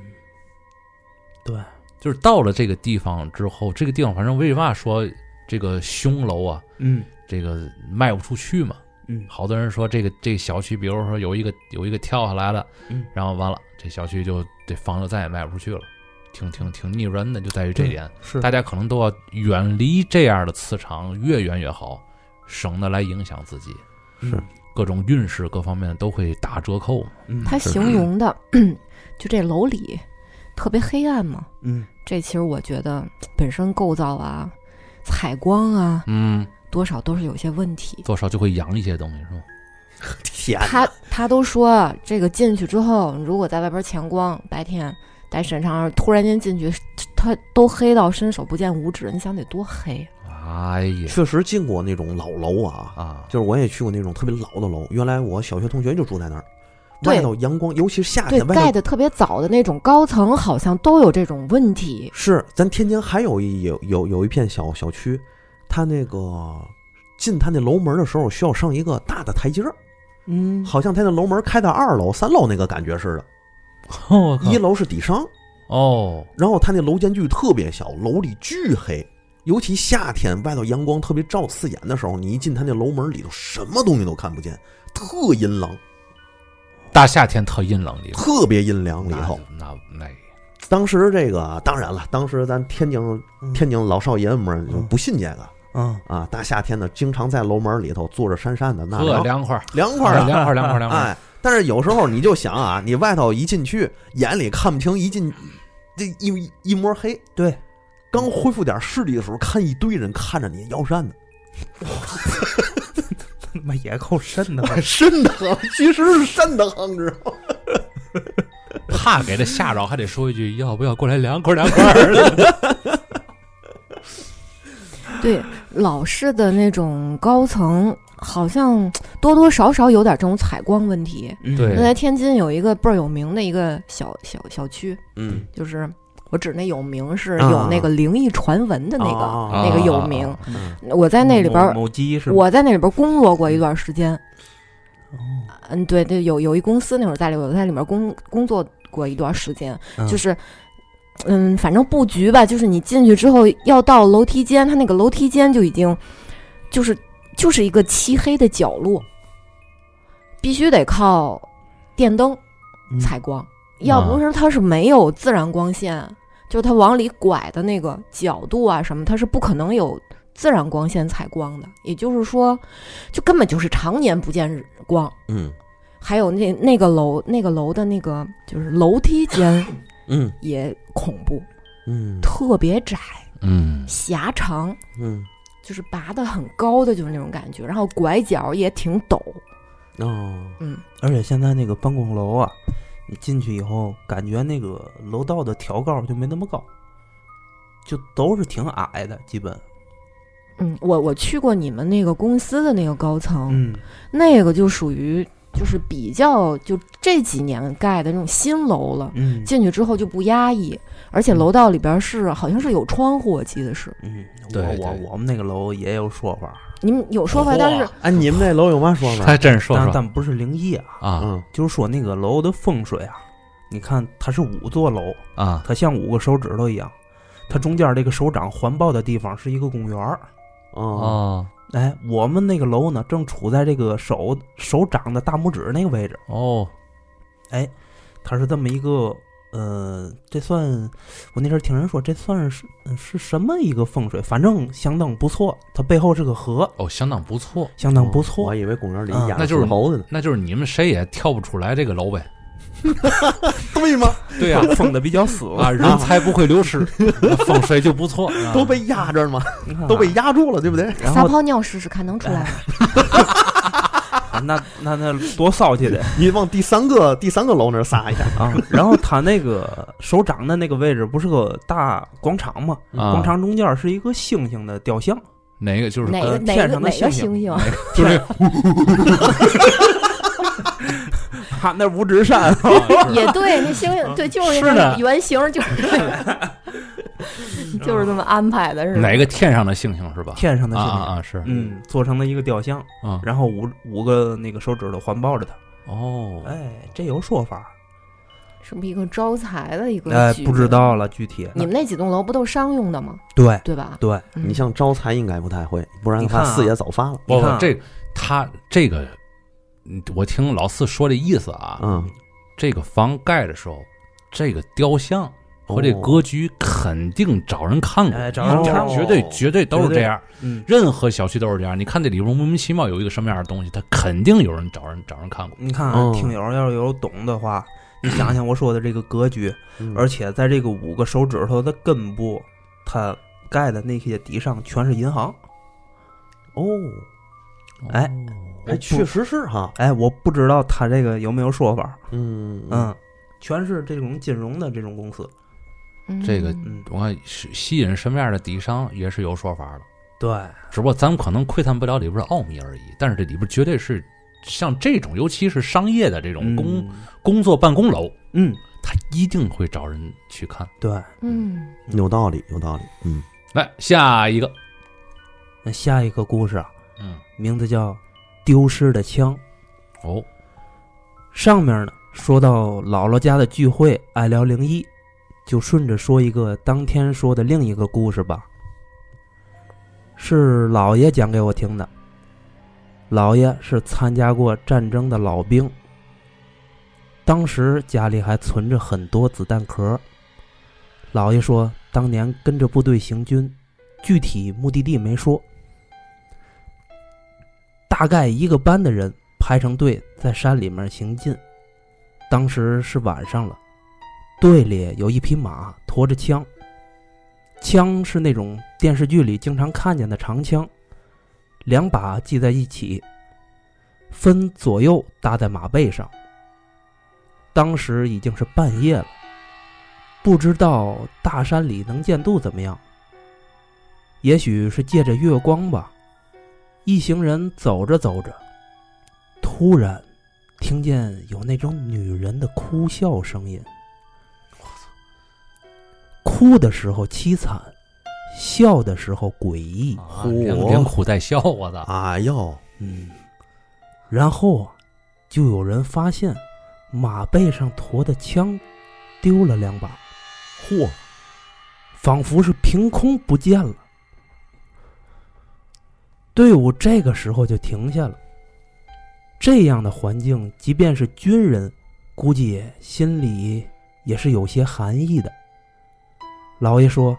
S4: 对，
S1: 就是到了这个地方之后，这个地方反正为嘛说这个凶楼啊，
S4: 嗯
S1: 这个卖不出去嘛？
S4: 嗯
S1: 好多人说这个这个小区，比如说有一个有一个跳下来了，
S4: 嗯
S1: 然后完了，这小区就这房就再也卖不出去了，挺挺挺腻人的，就在于这点。
S4: 是
S1: 大家可能都要远离这样的磁场，越远越好，省得来影响自己，
S4: 是
S1: 各种运势各方面都会打折扣嘛。
S4: 嗯
S2: 他形容的 就这楼里特别黑暗嘛，
S4: 嗯
S2: 这其实我觉得本身构造啊、采光啊，
S1: 嗯，
S2: 多少都是有些问题。
S1: 多少就会养一些东西，是吧？
S3: 天
S2: 他他都说这个进去之后，如果在外边强光，白天戴身上，突然间进去，他都黑到伸手不见五指，你想得多黑？
S1: 哎呀
S3: 确实进过那种老楼啊，
S1: 啊，
S3: 就是我也去过那种特别老的楼。原来我小学同学就住在那儿，
S2: 对
S3: 外头阳光，尤其是夏
S2: 啊对
S3: 天，，外
S2: 盖
S3: 头
S2: 的特别早的那种高层，好像都有这种问题。
S3: 是咱天津还有一有有有一片小小区，它那个进它那楼门的时候需要上一个大的台阶儿，
S4: 嗯，
S3: 好像它那楼门开到二楼、三楼那个感觉似的，
S1: 我靠
S2: 嗯
S3: 一楼是底商，
S1: 哦，
S3: 然后它那楼间距特别小，楼里巨黑。尤其夏天外头阳光特别照刺眼的时候，你一进它那楼门里头，什么东西都看不见，特阴冷，
S1: 大夏天特阴冷里头，
S3: 特别阴
S1: 啊
S3: 凉里头。
S1: 那那那
S3: 当时这个当然了，当时咱天津
S4: 嗯
S3: 天津老少爷们儿就不信这个、
S4: 嗯
S3: 啊，大夏天的经常在楼门里头坐着扇扇的，那
S1: 特
S3: 凉
S1: 凉快儿，
S3: 凉快
S1: 快
S3: 啊，
S1: 凉快儿，凉快儿，凉快儿。
S3: 哎，但是有时候你就想啊，你外头一进去，眼里看不清，一进这一一摸黑，
S4: 对，
S3: 刚恢复点视力的时候，看一堆人看着你摇扇的，
S4: 他妈也够深 的，
S3: 瘆得慌，其实是瘆得慌，知道吗？
S1: 怕给他吓着，还得说一句：“要不要过来凉快儿凉快儿
S2: 对，老式的那种高层，好像多多少少有点这种采光问题。
S4: 嗯
S1: 对
S2: 那在天津有一个倍儿有名的一个小小小区，
S3: 嗯，
S2: 就是我指那有名是
S3: 啊
S2: 有那个灵异传闻的那个、
S3: 啊
S2: 那个有名。
S4: 嗯
S2: 我在那里边儿，
S4: 哦某某鸡是吧？
S2: 我在那里边儿工作过一段时间。
S4: 哦
S2: 嗯，对对，有有一公司那会儿在里，我在里面工工作过一段时间，
S4: 嗯
S2: 就是。嗯，反正布局吧，就是你进去之后要到楼梯间，它那个楼梯间就已经，就是就是一个漆黑的角落，必须得靠电灯
S4: 嗯
S2: 采光，要不是它是没有自然光线，就是它往里拐的那个角度啊什么，它是不可能有自然光线采光的。也就是说，就根本就是常年不见日光。
S3: 嗯
S2: 还有那那个楼那个楼的那个就是楼梯 间
S3: 嗯
S2: 也恐怖，
S3: 嗯
S2: 特别窄？”
S1: 嗯，
S2: 狭长，
S3: 嗯
S2: 就是拔得很高的就是那种感觉，然后拐角也挺陡，
S3: 哦，
S2: 嗯，
S4: 而且现在那个办公楼啊，你进去以后，感觉那个楼道的挑高就没那么高，就都是挺矮的，基本。
S2: 嗯，我我去过你们那个公司的那个高层，
S4: 嗯，
S2: 那个就属于就是比较就这几年盖的那种新楼了，
S4: 嗯
S2: 进去之后就不压抑，而且楼道里边是好像是有窗户，我记得是，
S4: 嗯，
S1: 对
S4: 我我
S1: 对
S4: 我们那个楼也有说法，
S2: 你们有说法，但是
S3: 哎，你们那楼有嘛说
S1: 他
S3: 法？
S1: 还真说
S4: 但
S1: 说
S4: 但不是灵异啊，
S1: 啊
S3: 嗯
S4: 就是说那个楼的风水啊，你看它是五座楼，
S1: 啊
S4: 它像五个手指头一样，它中间这个手掌环抱的地方是一个公园儿。
S3: 哦
S1: 哦
S4: 哎，我们那个楼呢，正处在这个手手掌的大拇指那个位置，
S1: 哦
S4: 它是这么一个，呃，这算我那阵儿听人说，这算是嗯是什么一个风水？反正相当不错，它背后是个河，
S1: 哦，相当不错。
S4: 相当不
S3: 我
S4: 错
S1: 哦
S3: 还。以为公园里
S4: 嗯
S3: 养
S1: 那就是
S3: 猴子呢，
S1: 那就是你们谁也跳不出来这个楼呗？
S3: 对吗？
S1: 对呀、
S4: 封的比较死
S1: 啊，人才不会流失，那风水就不错。啊
S3: 都被压着了嘛，
S4: 你看啊
S3: 都被压住了，对不对？
S4: 然
S2: 撒
S4: 后
S2: 泡尿试试看能出来吗？
S4: 啊那那那多骚 气得
S3: 你往第三个第三个楼那儿撒一下，
S4: 啊！然后它那个手掌的那个位置不是个大广场吗？
S1: 啊
S4: 广场中间是一个星星的雕像，
S1: 哪个就是
S2: 哪个
S4: 呃
S2: 哪
S4: 天
S2: 个
S4: 上的
S2: 哪个
S4: 星
S2: 星 星？
S1: 就是那个
S4: 哈、啊那五指山
S1: 啊
S2: 也对，那星星对，就是那
S1: 是的
S2: 个圆形，就是 那个，就是这么安排的，是吧
S1: 哪个天上的星星是吧？
S4: 天上的
S1: 啊
S4: 星
S1: 啊
S4: 星，
S1: 啊是
S4: 嗯，哎做成了一个雕像，
S1: 啊
S4: 然后五五个那个手指头环抱着它。
S1: 哦
S4: 哎，这有说法？
S2: 是不是一个招财的一个？
S4: 哎，不知。道了，具体
S2: 你们那几栋楼不都商用的吗？
S4: 对
S2: 对吧？
S4: 对，
S2: 嗯
S3: 你像招财应该不太会，不然
S4: 你
S3: 的
S4: 看
S3: 话
S4: 啊
S3: 四爷早发了。
S1: 不不
S4: 你看啊，
S1: 这他这个，嗯我听老四说这意思啊，
S3: 嗯，
S1: 这个房盖的时候，这个雕像和这格局肯定找人看过，
S4: 哦哎，找人
S3: 哦
S4: 看
S1: 他
S4: 过
S1: 绝对绝对都是这样，
S4: 嗯，
S1: 任何小区都是这样。你看这里边莫名其妙有一个什么样的东西，他肯定有人找人找人看过。
S4: 你看啊，
S3: 哦
S4: 听友要是有懂的话，你想想我说的这个格局，
S3: 嗯
S4: 而且在这个五个手指头的根部，它盖的那些底上全是银行。
S3: 哦，
S4: 哎
S3: 哎，确实是哈，
S4: 哎，我不知道他这个有没有说法，
S3: 嗯
S4: 嗯，全是这种金融的这种公司，
S2: 嗯
S1: 这个
S4: 嗯，
S1: 我看是吸引什么样的底商也是有说法的，
S4: 对，
S1: 只不过咱们可能窥探不了里边的奥秘而已。但是这里边绝对是像这种，尤其是商业的这种工、工作办公楼，
S4: 嗯，
S1: 他一定会找人去看。
S4: 对。
S2: 嗯，
S3: 有道理，有道理，嗯，
S1: 来下一个，
S4: 那下一个故事啊，
S1: 嗯，
S4: 名字叫《丢失的枪》。
S1: 哦，
S4: 上面呢说到姥姥家的聚会，爱聊灵异，就顺着说一个当天说的另一个故事吧。是姥爷讲给我听的。姥爷是参加过战争的老兵，当时家里还存着很多子弹壳。姥爷说，当年跟着部队行军，具体目的地没说，大概一个班的人排成队在山里面行进。当时是晚上了，队里有一匹马驮着枪，枪是那种电视剧里经常看见的长枪，两把系在一起，分左右搭在马背上。当时已经是半夜了，不知道大山里能见度怎么样，也许是借着月光吧。一行人走着走着，突然听见有那种女人的哭笑声音。哭的时候凄惨，笑的时候诡异。
S1: 啊连连苦带笑，我
S4: 啊
S1: 操！
S3: 哎呦，
S4: 嗯，然后啊，就有人发现马背上驮的枪丢了两把，嚯，仿佛是凭空不见了。队伍这个时候就停下了。这样的环境，即便是军人，估计心里也是有些寒意的。老爷说，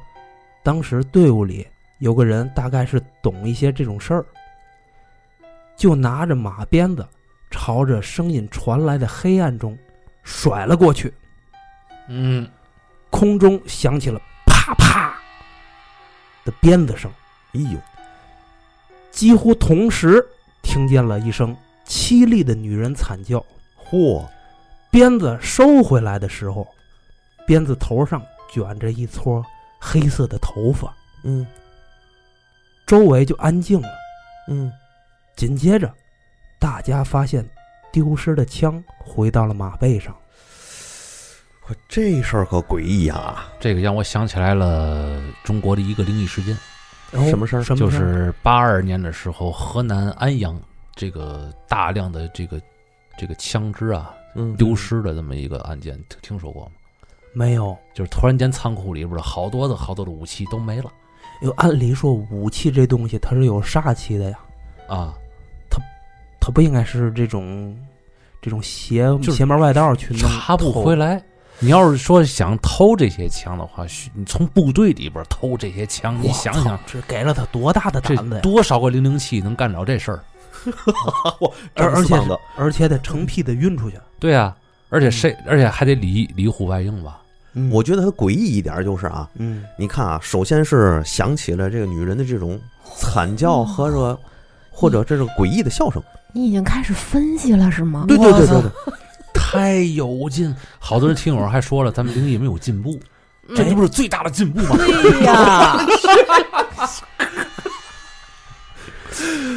S4: 当时队伍里有个人大概是懂一些这种事儿，就拿着马鞭子朝着声音传来的黑暗中甩了过去。
S1: 嗯，
S4: 空中响起了啪啪的鞭子声，
S3: 哎呦，
S4: 几乎同时听见了一声凄厉的女人惨叫。
S3: 嚯，
S4: 鞭子收回来的时候，鞭子头上卷着一撮黑色的头发，
S3: 嗯
S4: 周围就安静了。
S3: 嗯，
S4: 紧接着，大家发现丢失的枪回到了马背上。
S3: 可这事儿可诡异啊！
S1: 这个让我想起来了中国的一个灵异事件，
S4: 然后
S3: 什么事儿
S4: 什么
S1: 就
S4: 事儿
S1: 是八二年的时候，河南安阳这个大量的这个这个枪支啊
S3: 嗯，
S1: 丢失的这么一个案件，听听说过吗？
S4: 没有。
S1: 就是突然间仓库里边的好多的好多的武器都没了
S4: 有按理说武器这东西它是有煞气的呀，
S1: 啊！
S4: 它不应该是这种这种邪
S1: 就是
S4: 邪门外道去弄，
S1: 查不回
S4: 来。
S1: 来。你要是说想偷这些枪的话，需你从部队里边偷这些枪，你
S4: 我
S1: 想
S4: 操
S1: 想，
S4: 这给了他多大的
S1: 这
S4: 胆子呀！
S1: 多少个零零七能干着这事儿？
S4: 而而且
S3: 张四棒子
S4: 是而且得成批的运出去。
S1: 对啊，而且谁，而且还得里里虎外硬吧？
S4: 嗯
S3: 我觉得他诡异一点就是啊，
S4: 嗯，
S3: 你看啊，首先是想起了这个女人的这种惨叫哦和着，或者这种诡异的笑声。
S2: 你已经开始分析了是吗？
S3: 对对对对
S1: 哇
S3: 对
S1: 塞，太有劲！好多人听友还说了，咱们灵异没有进步，这
S4: 哎
S1: 这不是最大的进步吗？
S2: 对哎呀，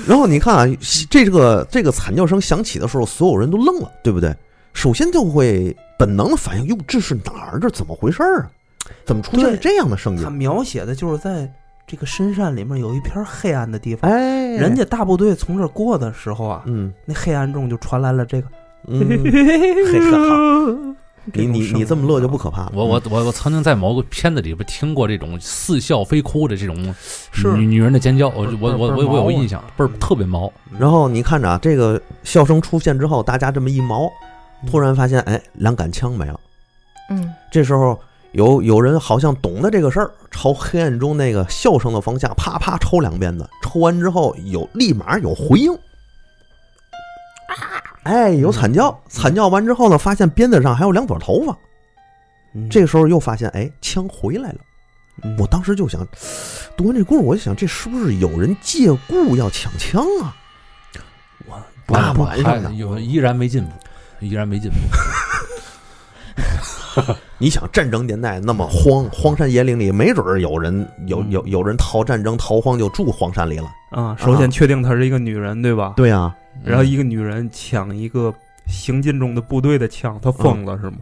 S3: 然后你看啊，这个这个惨叫声响起的时候，所有人都愣了，对不对？首先就会本能的反应，哟，这是哪儿？这怎么回事儿啊？怎么出现
S4: 对
S3: 这样的声音
S4: 他？描写的就是在这个深山里面有一片黑暗的地方，
S3: 哎，
S4: 人家大部队从这儿过的时候啊，
S3: 嗯
S4: 那黑暗中就传来了 这个。
S3: 嗯，
S4: 嘿
S3: 呵你你你这么乐就不
S4: 可
S3: 可怕了。
S1: 我我我我曾经在某个片子里边听过这种似笑非哭的这种
S4: 是
S3: 嗯
S1: 女女人的尖叫，我
S4: 倍儿
S1: 我我
S4: 倍
S1: 我
S4: 儿
S1: 我有
S4: 毛
S1: 印
S4: 啊
S1: 象，倍儿嗯特别毛。
S3: 然后你看着啊，这个笑声出现之后，大家这么一毛，突然发现，哎，两杆枪没了。
S2: 嗯，
S3: 这时候有有人好像懂得这个事儿，朝黑暗中那个笑声的方向啪啪抽两鞭子，抽完之后有立马有回应，哎，有惨叫，惨叫完之后呢，发现鞭子上还有两撮头发，
S4: 嗯
S3: 这时候又发现哎，枪回来了。
S4: 嗯
S3: 我当时就想，读完这故事，我就想，这是不是有人借故要抢枪啊？
S4: 我
S3: 那
S1: 不
S3: 晚上
S1: 还
S3: 呢，
S1: 有依然没进步，依然没进步。
S3: 你想战争年代那么荒荒山野岭里，没准儿有人有有有人逃战争逃荒就住荒山里了。
S4: 啊，首先确定她是一个女人，对吧？
S3: 对啊，
S1: 嗯
S4: 然后一个女人抢一个行进中的部队的枪，她疯了是吗？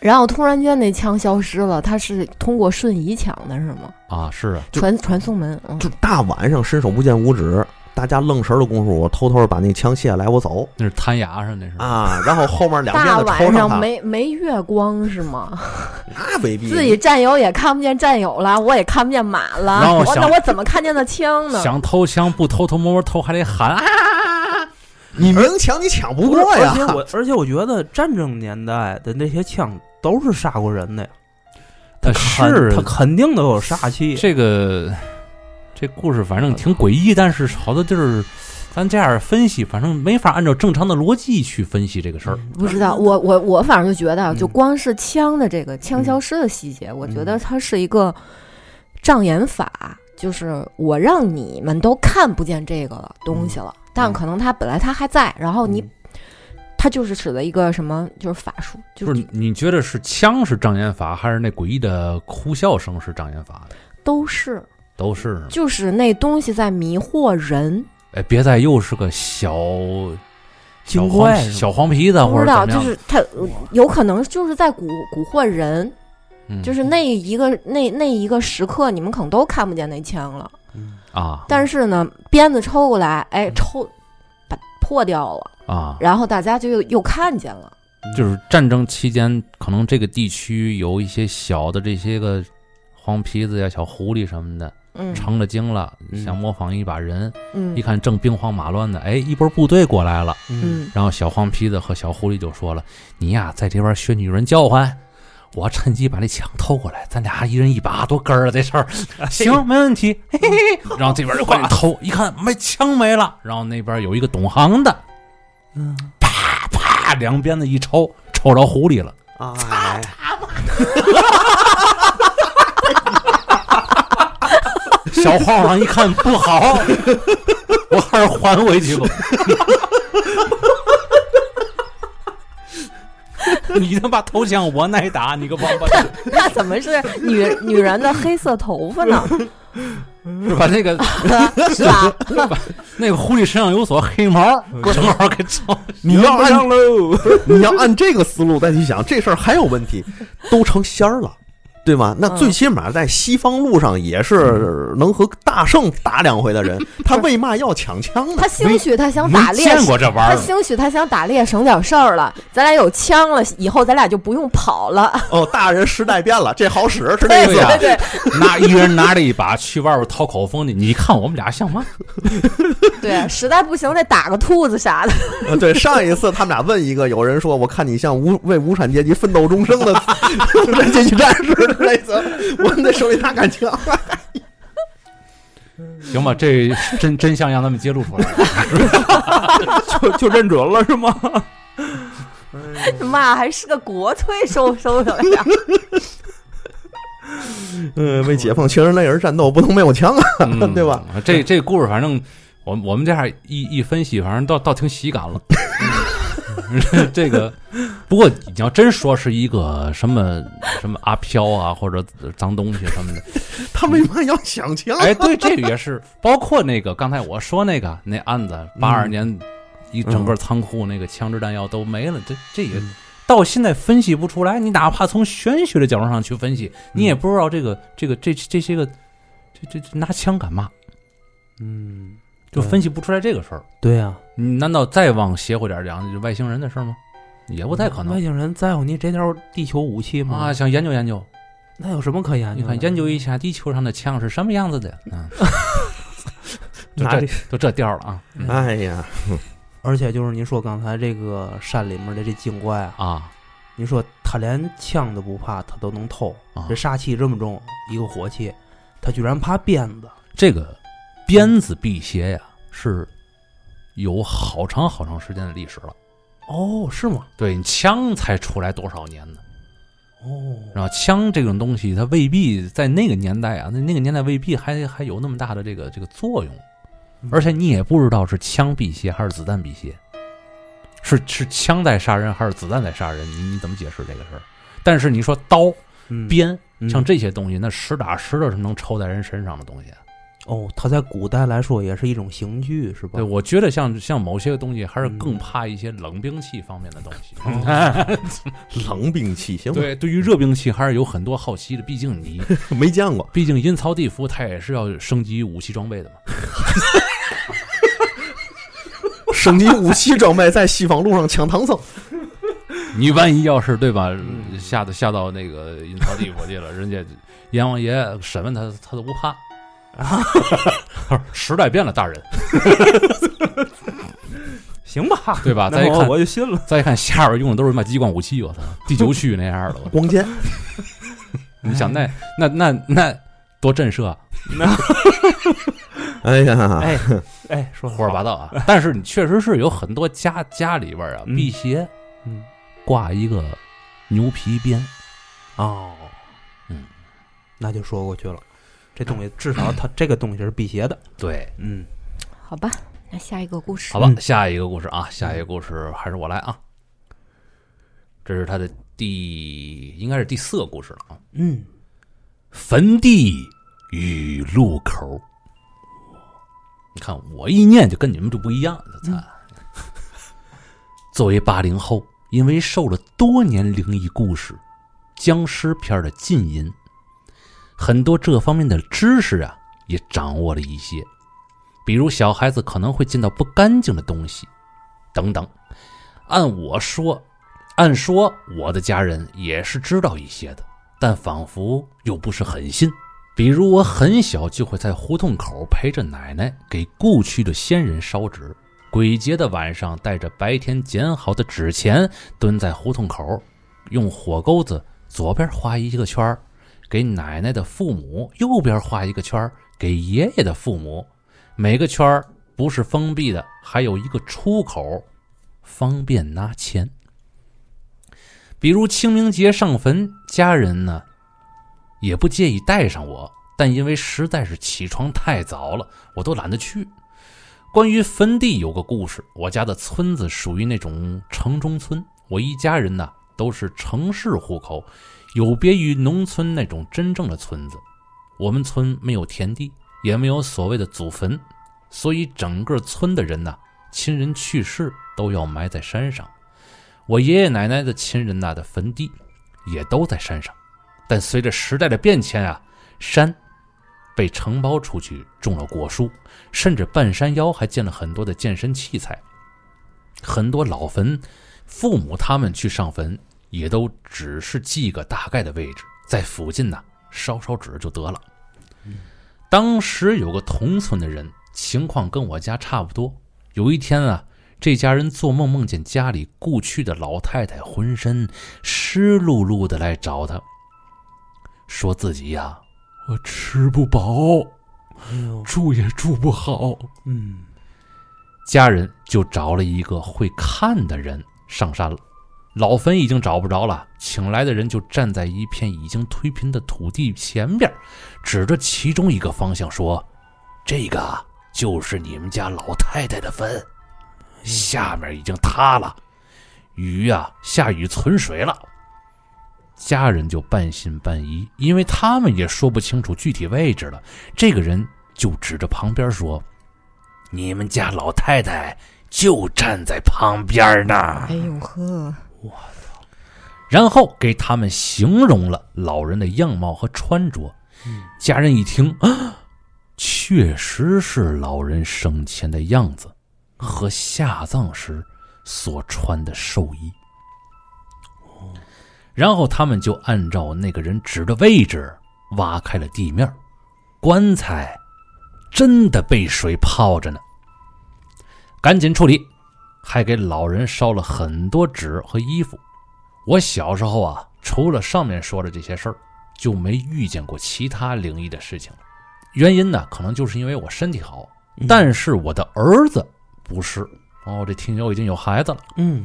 S2: 然后突然间那枪消失了，他是通过瞬移抢的是吗？
S1: 啊，是啊，
S2: 传传送门，嗯
S3: 就大晚上伸手不见五指，大家愣神儿的功夫，我偷偷把那枪卸下来，我走
S1: 那是弹牙上那是。
S3: 啊。然后后面两鞭
S2: 大
S3: 子
S2: 晚
S3: 抽
S2: 上
S3: 他，
S2: 没没月光是吗？
S3: 啊那未必。
S2: 自己战友也看不见战友了，我也看不见马了
S1: 然后，我
S2: 我
S1: 想
S2: 那我怎么看见的枪呢？
S1: 想偷枪不偷偷摸摸偷还得喊啊！
S3: 你明抢你抢不过
S4: 而
S3: 呀
S4: 且。我而且我觉得战争年代的那些枪都是杀过人的呀，
S1: 但
S4: 肯
S1: 是
S4: 他肯定都有煞气。
S1: 这个这故事反正挺诡异，但是好多地儿咱这样分析，反正没法按照正常的逻辑去分析这个事儿。
S2: 不知 道，我我我反正就觉得啊，
S4: 嗯
S2: 就光是枪的这个枪消失的细
S1: 嗯
S2: 节，我觉得它是一个障眼法，就是我让你们都看不见这个东西了，
S1: 嗯
S2: 但可能它本来它还在，然后哦你、它就是使的一个什么，就是法术，就
S1: 就是是你觉得是枪是障眼法，还是那诡异的哭笑声是障眼法的？
S2: 都是
S1: 都是是吗。
S2: 就是那东西在迷惑人，
S1: 哎，别再又是个小小
S4: 精
S1: 黄
S4: 怪是吗
S1: 小黄皮子
S2: 不
S1: 啊或
S2: 知
S1: 者
S2: 道
S1: 怎么样，
S2: 就是它呃有可能就是在蛊蛊惑人，
S1: 嗯
S2: 就是那一个那那一个时刻，你们可能都看不见那枪了。
S1: 啊
S2: 但是呢，鞭子抽过来，
S1: 嗯
S2: 哎，抽把破掉了，
S1: 啊，
S2: 然后大家就又又看见了。
S1: 就是战争期间，可能这个地区有一些小的这些个黄皮子呀、小狐狸什么的，
S2: 嗯
S1: 成了精了，
S4: 嗯
S1: 想模仿一把人，
S2: 嗯
S1: 一看正兵荒马乱的，哎，一波部队过来了，
S4: 嗯，
S2: 嗯，
S1: 然后小黄皮子和小狐狸就说了：“你呀，在这边学女人叫唤。”我趁机把那枪偷过来，咱俩一人一把，多哏儿啊！这事 儿行，没问题。嘿嘿嘿。
S4: 嗯
S1: 然后这边就过来偷，一看没枪没了，然后那边有一个懂行的，
S4: 嗯
S1: 啪啪两鞭子一抽，抽着狐狸了。
S3: 哎，
S1: 小晃晃一看不 好，我还是还回去 吧。你他妈投降，我挨打，你个王八蛋！
S2: 那怎么是女女人的黑色头 发呢？
S1: 是吧？那个
S2: 是 吧？
S1: 那个狐狸身上有所黑毛，正好给抽。
S3: 你要按
S4: 上喽！
S3: 你要按这个思路再去想，这事儿还有问题，都成仙儿了。对吧？那
S2: 嗯
S3: 最起码在西方路上也是能和大圣打两回的 人，他为嘛要抢枪呢？
S2: 他兴许他想
S1: 没
S2: 打猎
S1: 见，过啊这玩
S2: 他
S1: 意儿，
S2: 兴许他想打猎省点事儿了。咱俩有枪了，以后咱俩就不用跑了。
S3: 哦，大人时代变了，这好使 是这意思
S1: 对呀
S3: 吧？
S2: 对对
S1: 拿一人拿着一把去外边掏口风去，你看我们俩像吗？
S2: 对，实在不行再打个兔子啥的。
S3: 呃对，上一次他们俩问一个，有人说：“我看你像无为无产阶级奋斗终生的 无产阶级战士的类似。”我们得手里拿杆枪。
S1: 行吧，这真真相让他们揭露出来了。
S4: 就就认准了是吗？
S2: 妈，还是个国粹收收的呀！
S3: 嗯，为解放全人类而战斗，不能没有枪啊！
S1: 嗯
S3: 对吧？
S1: 这这故事，反正我们我们这样一一分析，反正倒倒挺喜感了。 这个，不过你要真说是一个什么什么阿飘啊，或者脏东西什么的，
S3: 他为嘛要抢枪？啊
S1: 哎，对，这个也是，包括那个刚才我说那个那案子，八
S3: 嗯
S1: 二年一整个仓库那个枪支弹药都没了，这这也
S4: 嗯
S1: 到现在分析不出来。你哪怕从玄学的角度上去分析，你
S3: 嗯
S1: 也不知道这个这个这这些个这这这拿枪干嘛，
S4: 嗯，
S1: 就分析不出来这个事儿。
S4: 对呀、
S1: 你难道再往邪乎点儿讲，就是外星人的事儿吗？也不太可
S4: 外
S1: 能
S4: 星人在乎你这条地球武器吗？
S1: 啊！想研究研究，
S4: 那有什么可研究
S1: 你
S4: 的？
S1: 看研究一下地球上的枪是什么样子 的，嗯，就
S3: 拿
S1: 这
S3: 这，
S1: 就这调儿了啊
S3: 哎呀，
S4: 而且就是您说刚才这个山里面的这精怪啊，
S1: 啊
S4: 您说他连枪都不怕，他都能偷。
S1: 啊
S4: 这！煞气这么重，一个火气，他居然怕鞭子。
S1: 这个鞭子辟邪呀，是有好长好长时间的历史了。
S4: 哦，是吗？
S1: 对你枪才出来多少年呢？
S4: 哦，
S1: 然后枪这种东西，它未必在那个年代啊，那那个年代未必还还有那么大的这个这个作用，而且你也不知道是枪辟邪还是子弹辟邪，是是枪在杀人还是子弹在杀人，你你怎么解释这个事儿？但是你说刀、
S4: 嗯
S1: 鞭，
S4: 嗯
S1: 像这些东西，那实打实的是能抽在人身上的东西。
S4: 哦，他在古代来说也是一种刑具，是吧
S1: 对，？我觉得像像某些东西，还是
S4: 嗯哎
S1: 更怕一些冷兵器方面的东西。
S3: 冷兵器行吗？
S1: 对，对于热兵器还是有很多好奇的，毕竟你
S3: 没见过，
S1: 毕竟阴曹地府它也是要升级武器装备的嘛。
S3: 升级武器装备在西方路上抢唐僧，
S1: 你万一要是对吧，
S4: 嗯
S1: 吓得吓到那个阴曹地府去 了，人家阎王爷审问他，他都不怕。啊，时代变了，大人，
S4: 行吧，
S1: 对吧？
S4: 那
S1: 再一
S4: 我
S1: 看，
S4: 我就信了。
S1: 再一看下边用的都是什么激光武器，我 操，第九区那样的，我
S3: 光剑
S1: 你想那那那那多震慑 啊！
S3: 哎呀，
S4: 哎 哎，说得
S1: 胡说八
S4: 好，
S1: 道啊！但是你确实是有很多家家里边啊，
S4: 嗯
S1: 辟邪
S4: 嗯，
S1: 挂一个牛皮鞭，
S4: 哦，
S1: 嗯，
S4: 那就说过去了。这东西至少它这个东西是辟邪的。
S1: 对，
S4: 嗯，
S2: 好吧，那下一个故事
S1: 好吧，
S4: 嗯
S1: 下一个故事啊，下一个故事还是我来啊。这是他的第，应该是第四个故事了啊。
S4: 嗯，
S1: 坟地与路口，你看我一念就跟你们就不一样。操 作为八零后，因为受了多年灵异故事、僵尸片的浸淫，很多这方面的知识啊也掌握了一些，比如小孩子可能会见到不干净的东西，等等。按我说，按说我的家人也是知道一些的，但仿佛又不是很信。比如我很小就会在胡同口陪着奶奶给故去的先人烧纸，鬼节的晚上带着白天捡好的纸钱，蹲在胡同口，用火钩子左边画一个圈儿，给奶奶的父母；右边画一个圈儿，给爷爷的父母。每个圈儿不是封闭的，还有一个出口，方便拿钱。比如清明节上坟，家人呢也不介意带上我，但因为实在是起床太早了，我都懒得去。关于坟地有个故事，我家的村子属于那种城中村，我一家人呢都是城市户口，有别于农村那种真正的村子。我们村没有田地，也没有所谓的祖坟，所以整个村的人呐，亲人去世都要埋在山上。我爷爷奶奶的亲人呐的坟地也都在山上。但随着时代的变迁啊，山被承包出去，种了果树，甚至半山腰还建了很多的健身器材。很多老坟，父母他们去上坟，也都只是记个大概的位置，在附近呢烧烧纸就得了。当时有个同村的人，情况跟我家差不多。有一天啊，这家人做梦梦见家里故去的老太太浑身湿漉漉的来找他，说自己呀、我吃不饱，
S4: 哎呦，
S1: 住也住不好，
S4: 嗯，
S1: 家人就找了一个会看的人上山了。老坟已经找不着了，请来的人就站在一片已经推平的土地前边，指着其中一个方向说：“这个啊就是你们家老太太的坟，下面已经塌了，雨呀、下雨存水了。”家人就半信半疑，因为他们也说不清楚具体位置了。这个人就指着旁边说：“你们家老太太就站在旁边呢。
S2: 哎呦呵，
S1: 然后给他们形容了老人的样貌和穿着。家人一听，啊，确实是老人生前的样子，和下葬时所穿的寿衣。然后他们就按照那个人指的位置挖开了地面，棺材真的被水泡着呢。赶紧处理，还给老人烧了很多纸和衣服。我小时候啊，除了上面说的这些事儿，就没遇见过其他灵异的事情了。原因呢，可能就是因为我身体好，
S4: 嗯
S1: 但是我的儿子不是。哦，这听友已经有孩子了，
S4: 嗯，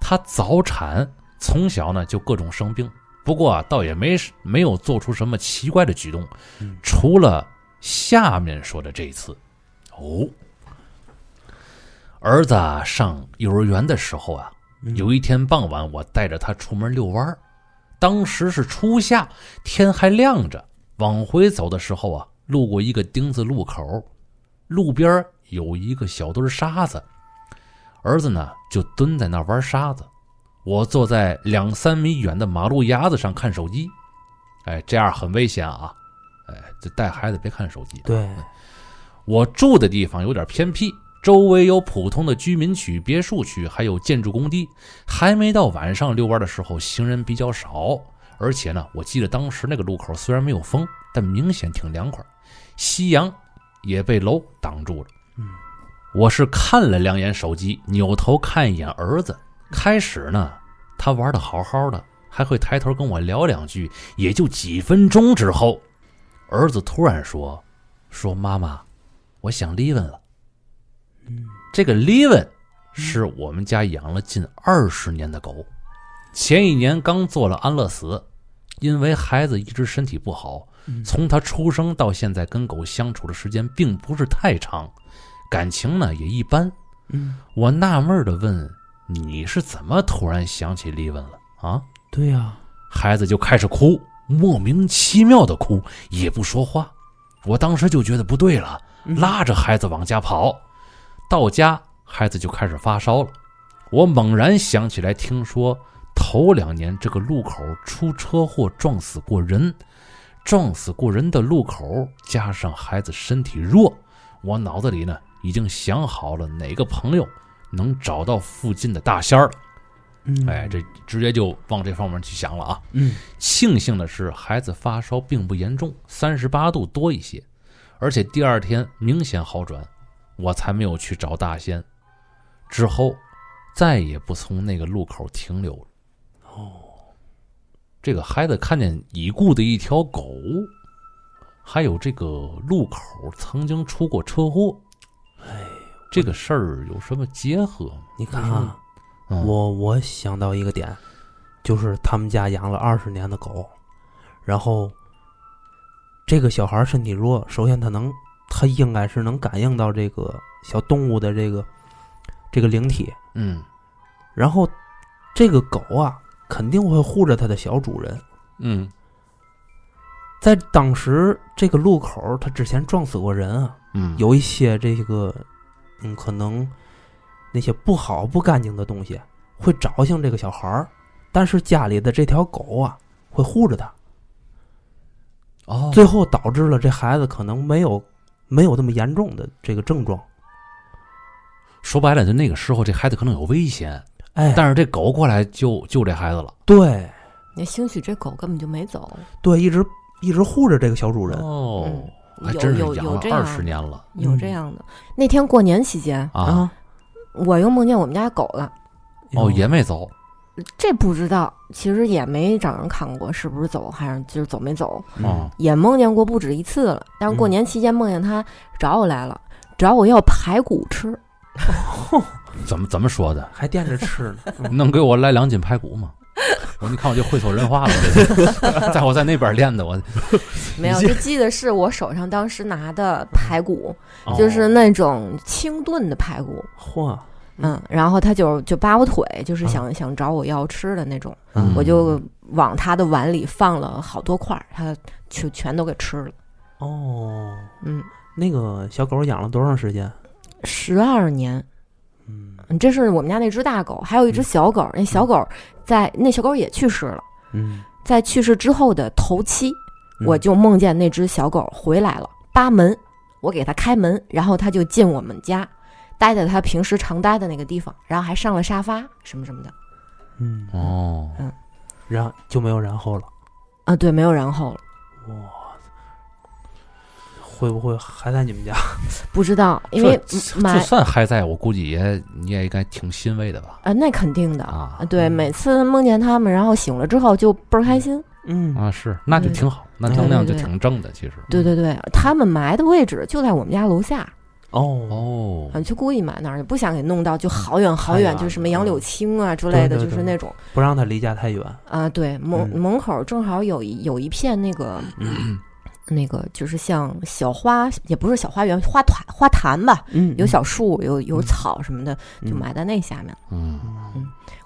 S1: 他早产，从小呢就各种生病。不过啊，倒也没没有做出什么奇怪的举动，除了下面说的这一次。哦，儿子啊上幼儿园的时候啊，有一天傍晚，我带着他出门遛弯儿，当时是初夏，天还亮着。往回走的时候啊，路过一个丁字路口，路边儿有一个小堆儿沙子，儿子呢就蹲在那儿玩沙子，我坐在两三米远的马路牙子上看手机。哎，这样很危险啊！哎，这带孩子别看手机。
S4: 对，
S1: 我住的地方有点偏僻，周围有普通的居民区、别墅区，还有建筑工地。还没到晚上遛弯的时候，行人比较少，而且呢，我记得当时那个路口虽然没有风，但明显挺凉快，夕阳也被楼挡住了。嗯，我是看了两眼手机，扭头看一眼儿子。开始呢，他玩的好好的，还会抬头跟我聊两句。也就几分钟之后，儿子突然说：“说妈妈，我想 Leven 了。”这个 Leven 是我们家养了近二十年的狗，前一年刚做了安乐死，因为孩子一直身体不好，从他出生到现在跟狗相处的时间并不是太长，感情呢也一般。
S4: 嗯，
S1: 我纳闷的问：“你是怎么突然想起 Leven 了啊？”
S4: 对呀、
S1: 孩子就开始哭，莫名其妙的哭，也不说话。我当时就觉得不对了，拉着孩子往家跑。到家，孩子就开始发烧了。我猛然想起来，听说头两年这个路口出车祸撞死过人，撞死过人的路口加上孩子身体弱，我脑子里呢已经想好了哪个朋友能找到附近的大仙儿了。
S4: 嗯，
S1: 哎，这直接就往这方面去想了啊。
S4: 嗯，
S1: 庆幸的是，孩子发烧并不严重，三十八度多一些，而且第二天明显好转，我才没有去找大仙。之后，再也不从那个路口停留了。哦，这个孩子看见已故的一条狗，还有这个路口曾经出过车祸。哎，这个事儿有什么结合吗？
S4: 你看啊，
S1: 嗯
S4: 我我想到一个点，就是他们家养了二十年的狗，然后这个小孩身体弱，首先他能，他应该是能感应到这个小动物的这个这个灵体，
S1: 嗯
S4: 然后这个狗啊肯定会护着它的小主人。
S1: 嗯
S4: 在当时这个路口，他之前撞死过人啊，
S1: 嗯，
S4: 有一些这个，嗯，可能那些不好不干净的东西会找向这个小孩儿，但是家里的这条狗啊会护着他，
S1: 哦，
S4: 最后导致了这孩子可能没有没有那么严重的这个症状。
S1: 说白了，就那个时候这孩子可能有危险，
S4: 哎，
S1: 但是这狗过来救救这孩子了。
S4: 对
S2: 也兴许这狗根本就没走，
S1: 啊
S4: 对，一直一直护着这个小主人。
S1: 哦，还
S2: 有
S1: 真是
S2: 有
S1: 养
S2: 有
S1: 了
S2: 这
S1: 二
S2: 样
S1: 十
S2: 的
S1: 年了
S2: 有这样的。那天过年期间，
S1: 啊！
S2: 我又梦见我们家狗了，
S1: 哦，也没走
S2: 这不知道，其实也没找人看过是不是走，还是就是走没走，
S1: 哦，
S2: 也梦见过不止一次了。但是过
S4: 嗯
S2: 年期间梦见它找我来了，找我要排骨 吃，
S1: 怎么怎么说的？
S4: 还惦着吃 呢。嗯
S1: 能给我来两斤排骨吗？我说你看我就会所人话了， 这是在我在那边练的，我
S2: 没有，
S3: 你这
S2: 就记得是我手上当时拿的排骨，
S1: 哦
S2: 就是那种清炖的排骨。
S4: 嚯，
S2: 嗯，然后他就就扒我腿，
S1: 啊
S2: 就是想、想找我要吃的那种，
S1: 嗯
S2: 我就往他的碗里放了好多块儿，他就全都给吃了。
S4: 哦，
S2: 嗯，
S4: 那个小狗养了多长时间？
S2: 十二年，
S4: 嗯
S2: 嗯这是我们家那只大狗，还有
S1: 嗯
S2: 一只小狗。那小狗在那小狗也去世了，
S4: 嗯，
S2: 在去世之后的头七，
S4: 嗯
S2: 我就梦见那只小狗回来了，扒门，我给它开门，然后它就进我们家，待在它平时常待的那个地方，然后还上了沙发什么什么的。
S4: 嗯，
S1: 哦，
S4: 然后就没有然后了。
S2: 啊，对，没有然后了。
S4: 哇，会不会还在你们家？
S2: 不知道，嗯因为
S1: 这
S2: 买
S1: 这算还在我估计也你也应该挺欣慰的吧？
S2: 啊，那肯定的
S1: 啊
S2: 对，
S4: 嗯
S2: 每次梦见他们，然后醒了之后就倍儿开心。
S4: 嗯
S1: 啊，是，那就
S2: 对
S1: 挺好，那
S4: 对
S1: 能量就
S2: 嗯对对
S1: 挺正的，其实。
S2: 对对对，
S4: 嗯
S2: 他们埋的位置就在我们家楼下，
S4: 哦，
S1: 哦
S2: 啊，就故意埋那儿，也不想给弄到就好远好
S4: 太
S2: 远，
S4: 远
S2: 就
S4: 了
S2: 什么杨柳
S4: 嗯
S2: 青啊之类的，
S4: 对对
S2: 就是
S4: 对
S2: 那种
S4: 不让它离家太远。
S2: 啊，对，门
S4: 嗯
S2: 门口正好有一有一片那 个。那个就是像小花，也不是小花园，花坛花坛吧，
S4: 嗯
S2: 有小树，有有
S4: 嗯
S2: 草什么的，就埋
S4: 买。
S2: 在那下面。
S1: 嗯，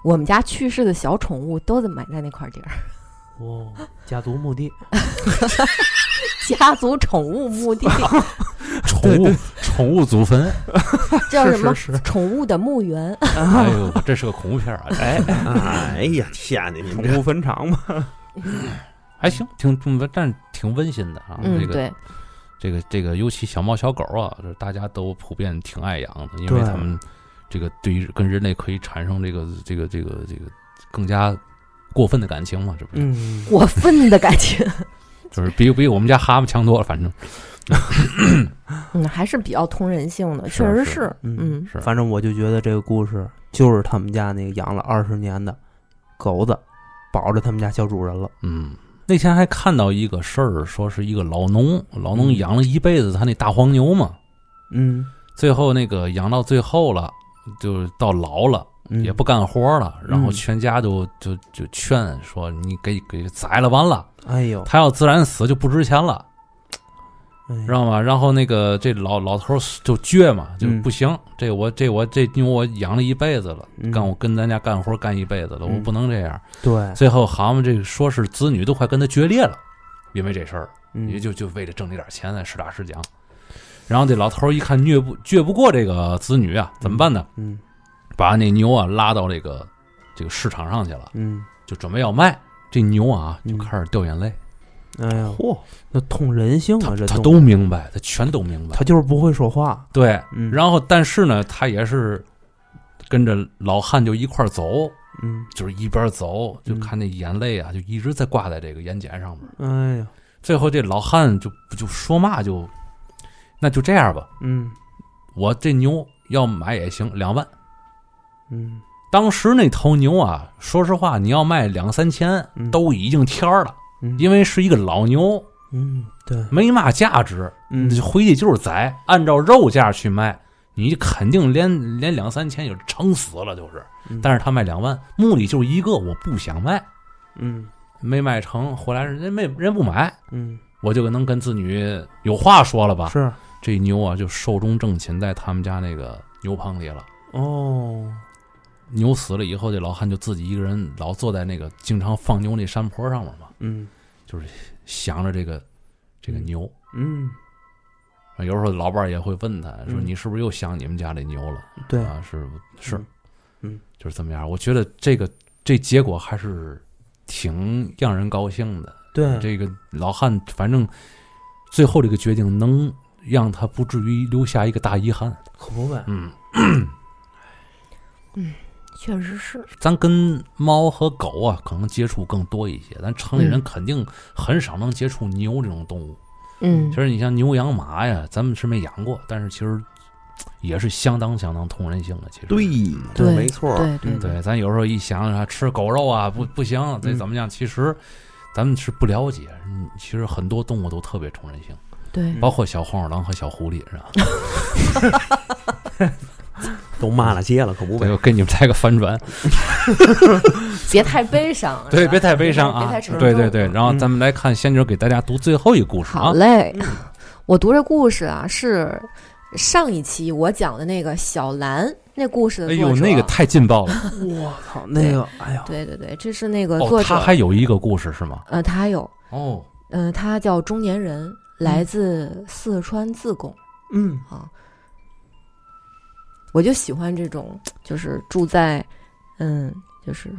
S2: 我们家去世的小宠物都得埋在那块地儿，
S4: 哦，家族墓 地。
S2: 家族宠物墓 地。
S1: 宠物宠物祖坟，
S2: 叫什么
S4: 是是是
S2: 宠物的墓园，
S1: 哎呦，这是个恐怖片啊！
S4: 哎，
S3: 哎呀天哪，你们
S4: 宠物坟场嘛。
S1: 还行，挺挺但是挺温馨的啊。
S2: 嗯，
S1: 这个
S2: 对，
S1: 这个这个，尤其小猫小狗啊，就是大家都普遍挺爱养的，因为
S4: 对
S1: 它们这个对于跟人类可以产生这个这个这个这个更加过分的感情嘛，这不是？
S4: 嗯，
S2: 过分的感情，
S1: 就是比比我们家蛤蟆强多了，反正
S2: 嗯，还是比较通人性的，
S1: 是
S2: 确实
S1: 是
S2: 是，
S4: 嗯
S2: 嗯，
S1: 是
S4: 反正我就觉得这个故事就是他们家那个养了二十年的狗子保着他们家小主人了。
S1: 嗯。那天还看到一个事儿，说是一个老农，老农
S4: 嗯
S1: 养了一辈子他那大黄牛嘛，
S4: 嗯，
S1: 最后那个养到最后了，就是到老了，也不干活了，然后
S4: 嗯
S1: 全家就就就劝说你给给宰了完了，
S4: 哎呦，
S1: 他要自然死就不值钱了，
S4: 哎
S1: 知道吗？然后那个这老老头儿就倔嘛，就
S4: 嗯
S1: 不行，这我这我这牛我养了一辈子了，
S4: 嗯
S1: 干我跟咱家干活干一辈子了，我
S4: 嗯
S1: 不能这样。
S4: 对，
S1: 最后蛤蟆这个说是子女都快跟他决裂了，因为这事儿，也
S4: 嗯
S1: 就就为了挣这点钱呢，实打实讲。然后这老头儿一看虐不倔不过这个子女啊，怎么办呢？
S4: 嗯
S1: 把那牛啊拉到这个这个市场上去了。
S4: 嗯，
S1: 就准备要卖，这牛啊就
S4: 嗯
S1: 开始掉眼泪。
S4: 哎呦，
S3: 嚯，
S4: 那痛人性啊，这
S1: 他
S4: 动物
S1: 都明白，他全都明白
S4: 他。就是不会说话。
S1: 对，
S4: 嗯，
S1: 然后但是呢，他也是跟着老汉就一块儿走，
S4: 嗯，
S1: 就是一边走就
S4: 嗯
S1: 看那眼泪啊，就一直在挂在这个眼睑上面。
S4: 哎呀，
S1: 最后这老汉就不就说嘛就，那就这样吧，
S4: 嗯
S1: 我这牛要买也行，两万。
S4: 嗯
S1: 当时那头牛啊，说实话，你要卖两三千
S4: 嗯，
S1: 都已经天儿了，
S4: 嗯，
S1: 因为是一个老牛，
S4: 嗯对，
S1: 没嘛价值。
S4: 嗯
S1: 你回去就是宰，按照肉价去卖，你肯定连连两三千也撑死了，就是。
S4: 嗯
S1: 但是他卖两万，目的就是一个，我不想卖，
S4: 嗯
S1: 没卖成，回来人家没人不买，
S4: 嗯
S1: 我就能跟子女有话说了吧？
S4: 是
S1: 这牛啊，就寿终正寝在他们家那个牛棚里了。
S4: 哦，
S1: 牛死了以后，这老汉就自己一个人老坐在那个经常放牛那山坡上面嘛，
S4: 嗯
S1: 想着这个这个牛。
S4: 嗯
S1: 有时候老伴儿也会问他说：“
S4: 嗯
S1: 你是不是又想你们家这牛了？”
S4: 对，
S1: 啊，是是
S4: 嗯，嗯，
S1: 就是这么样。我觉得这个这结果还是挺让人高兴的，
S4: 对，
S1: 这个老汉反正最后这个决定能让他不至于留下一个大遗憾。
S4: 可不呗，
S1: 嗯，
S2: 确实是，
S1: 咱跟猫和狗啊可能接触更多一些，咱城里人
S2: 嗯
S1: 肯定很少能接触牛这种动物。
S2: 嗯
S1: 其实你像牛羊马呀，咱们是没养过，但是其实也是相当相当通人性的。其实
S3: 对，
S2: 对
S3: 没错儿，
S2: 对对
S4: 嗯
S1: 对，咱有时候一想啊，吃狗肉啊，不不行，得
S4: 嗯
S1: 怎么样？其实咱们是不了解，嗯其实很多动物都特别通人性，
S2: 对，
S1: 包括小黄鼠狼和小狐狸，是吧？
S3: 都骂了街了，可不呗
S1: 我。给你们来个翻转，
S2: 别太 悲伤，
S1: 对，
S2: 是吧
S1: 别太悲伤啊
S2: 别太沉，重
S1: 对对对。然后咱们来看仙女给大家读最后一故事啊
S2: 嗯好，嘞，我读这故事啊，是上一期我讲的那个小兰那故事的
S1: 哎
S2: 作
S1: 呦，
S2: 者。
S1: 那个太劲爆了！
S4: 我操，那个，哎呀，
S2: 对对对，这是那个作
S1: 哦，
S2: 者。
S1: 他还有一个故事是吗？
S2: 呃，他还有，
S1: 哦，
S2: 嗯、他叫中年
S1: 嗯
S2: 人，来自四川自贡。
S4: 嗯，
S2: 啊，我就喜欢这种，就是住在，嗯，就是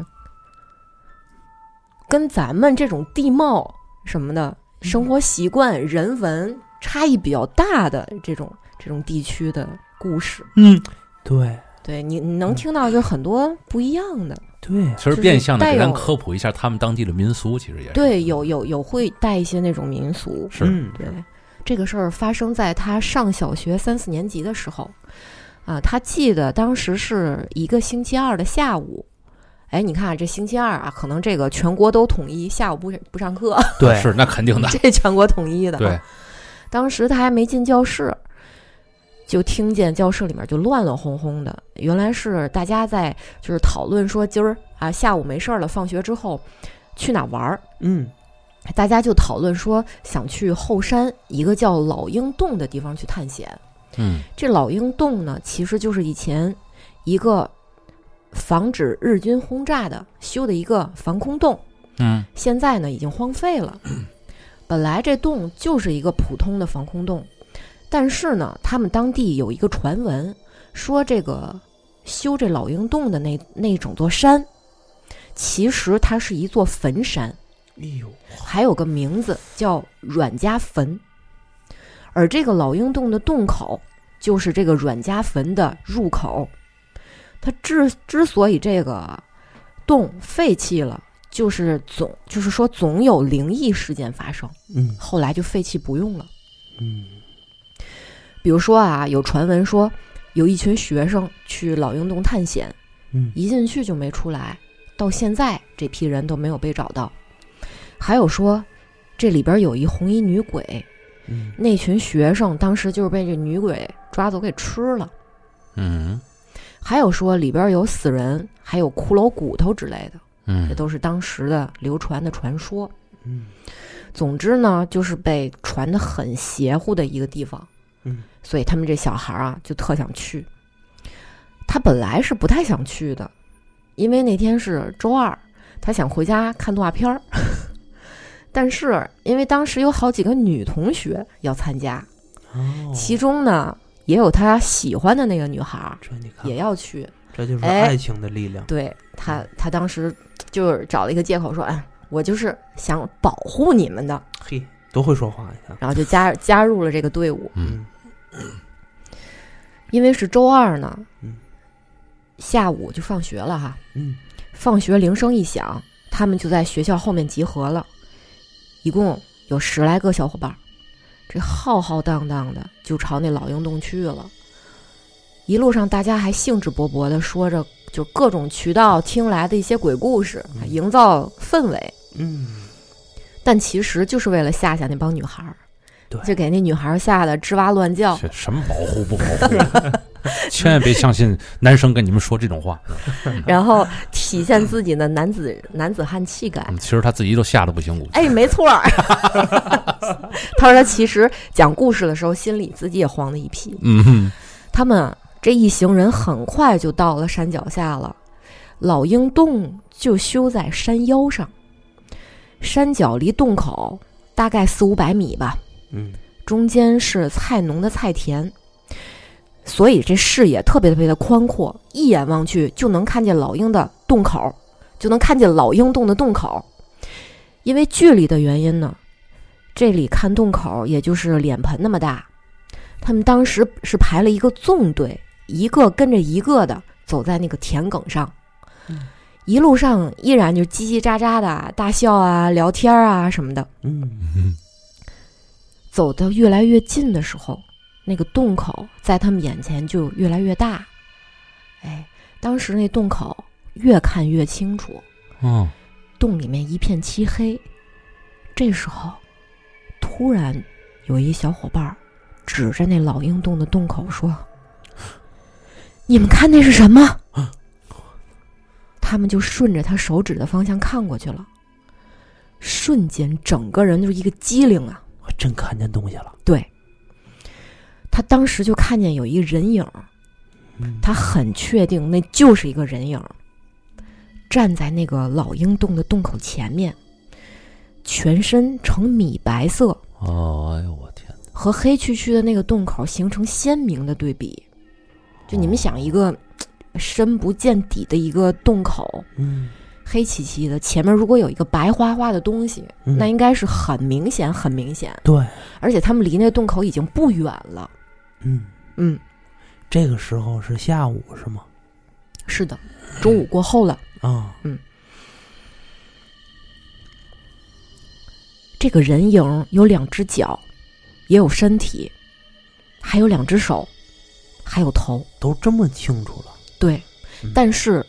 S2: 跟咱们这种地貌什么的生活习惯、人文差异比较大的这种这种地区的故事。
S1: 嗯，
S4: 对
S2: 对你，你能
S4: 嗯
S2: 听到就是很多不一样的，
S4: 对，
S1: 其实
S2: 就是
S1: 变相的
S2: 带
S1: 给咱
S2: 有
S1: 科普一下他们当地的民俗，其实也是
S2: 对，有有有会带一些那种民俗，
S1: 是
S4: 嗯
S2: 对，这个事儿发生在他上小学三四年级的时候，啊，他记得当时是一个星期二的下午。哎，你看这星期二啊，可能这个全国都统一，下午不不上课，
S4: 对，
S1: 是那肯定的，
S2: 这全国统一的、
S1: 对，，
S2: 当时他还没进教室，就听见教室里面就乱乱哄哄的。原来是大家在就是讨论说今儿啊下午没事儿了，放学之后去哪儿玩儿。
S4: 嗯，
S2: 大家就讨论说想去后山一个叫老鹰洞的地方去探险。
S1: 嗯，
S2: 这老鹰洞呢，其实就是以前一个防止日军轰炸的修的一个防空洞，
S1: 嗯
S2: 现在呢已经荒废了。本来这洞就是一个普通的防空洞，但是呢，他们当地有一个传闻，说这个修这老鹰洞的那那整座山，其实它是一座坟山。
S4: 哎呦，
S2: 还有个名字叫阮家坟，而这个老鹰洞的洞口就是这个阮家坟的入口。它之之所以这个洞废弃了，就是总就是说总有灵异事件发生，
S4: 嗯
S2: 后来就废弃不用了。
S4: 嗯，
S2: 比如说啊，有传闻说有一群学生去老鹰洞探险，
S4: 嗯
S2: 一进去就没出来，到现在这批人都没有被找到。还有说，这里边有一红衣女鬼，
S4: 嗯，
S2: 那群学生当时就是被这女鬼抓走给吃了。
S1: 嗯
S2: 还有说里边有死人，还有骷髅骨头之类的，这
S1: 嗯，
S2: 都是当时的流传的传说。
S4: 嗯，
S2: 总之呢，就是被传的很邪乎的一个地方。
S4: 嗯，
S2: 所以他们这小孩儿啊，就特想去。他本来是不太想去的，因为那天是周二，他想回家看动画片儿。 但是因为当时有好几个女同学要参加，
S4: 哦，
S2: 其中呢也有他喜欢的那个女孩儿
S4: 这你看
S2: 也，要去。
S4: 这就是
S2: 哎
S4: 爱情的力量，
S2: 对他，他当时就是找了一个借口说：“哎，我就是想保护你们的。”
S4: 嘿，多会说话呀，
S2: 然后就加 加入了这个队伍。
S1: 嗯，
S2: 因为是周二呢，
S4: 嗯
S2: 下午就放学了哈。
S4: 嗯，
S2: 放学铃声一响，他们就在学校后面集合了，一共有十来个小伙伴儿，这浩浩荡荡的就朝那老鹰洞去了。一路上，大家还兴致勃勃地说着，就各种渠道听来的一些鬼故事，
S4: 嗯
S2: 营造氛围。
S4: 嗯，
S2: 但其实就是为了吓吓那帮女孩儿，
S4: 对
S2: 就给那女孩儿吓得吱哇乱叫。
S1: 这什么保护不保护？ 千万别相信男生跟你们说这种话，
S2: 然 后体现自己的男子男子汉气概。
S1: 嗯其实他自己都吓得不行，估计。
S2: 哎，没错儿。 他说他其实讲故事的时候，心里自己也慌了一批。
S1: 嗯哼，
S2: 他们这一行人很快就到了山脚下了，老鹰洞就修在山腰上，山脚离洞口大概四五百米吧，
S4: 嗯，
S2: 中间是菜农的菜田。所以这视野特别特别的宽阔，一眼望去就能看见老鹰的洞口，就能看见老鹰洞的洞口。因为距离的原因呢，这里看洞口也就是脸盆那么大，他们当时是排了一个纵队，一个跟着一个的走在那个田埂上，
S4: 嗯
S2: 一路上依然就叽叽喳喳的大笑啊、聊天啊什么的。
S4: 嗯，
S2: 走得越来越近的时候，那个洞口在他们眼前就越来越大。哎，当时那洞口越看越清楚，
S1: 嗯，
S2: 洞里面一片漆黑。这时候，突然有一小伙伴儿指着那老鹰洞的洞口说：“你们看那是什么？” 他们就顺着他手指的方向看过去了，瞬间整个人就是一个机灵啊！
S4: 我真看见东西了。
S2: 他当时就看见有一人影儿，
S4: 嗯
S2: 他很确定那就是一个人影儿，站在那个老鹰洞的洞口前面，全身呈米白色，
S1: 哦，哎呦我天，
S2: 和黑黢黢的那个洞口形成鲜明的对比。就你们想，一个嘖深不见底的一个洞口，
S4: 嗯，
S2: 黑漆漆的，前面如果有一个白花花的东西，
S4: 嗯
S2: 那应该是很明显、很明显。
S4: 对，
S2: 而且他们离那个洞口已经不远了。
S4: 嗯，
S2: 嗯，
S4: 这个时候是下午是吗？
S2: 是的，中午过后了。
S4: 啊，
S2: 这个人影有两只脚，也有身体，还有两只手，还有头。
S4: 都这么清楚了。
S2: 对
S4: 嗯，
S2: 但是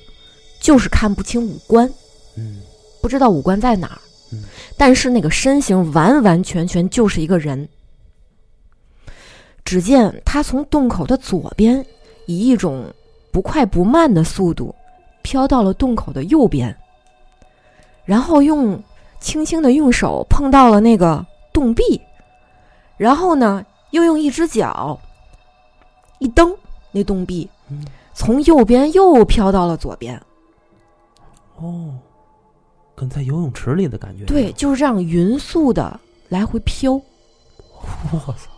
S2: 就是看不清五官，
S4: 嗯，
S2: 不知道五官在哪儿
S4: 嗯。
S2: 但是那个身形完完全全就是一个人。只见他从洞口的左边，以一种不快不慢的速度飘到了洞口的右边，然后用轻轻的用手碰到了那个洞壁，然后呢，又用一只脚一蹬那洞壁
S4: 嗯，
S2: 从右边又飘到了左边。
S4: 哦，跟在游泳池里的感觉。
S2: 对，，就是这样匀速的来回飘。
S1: 我操，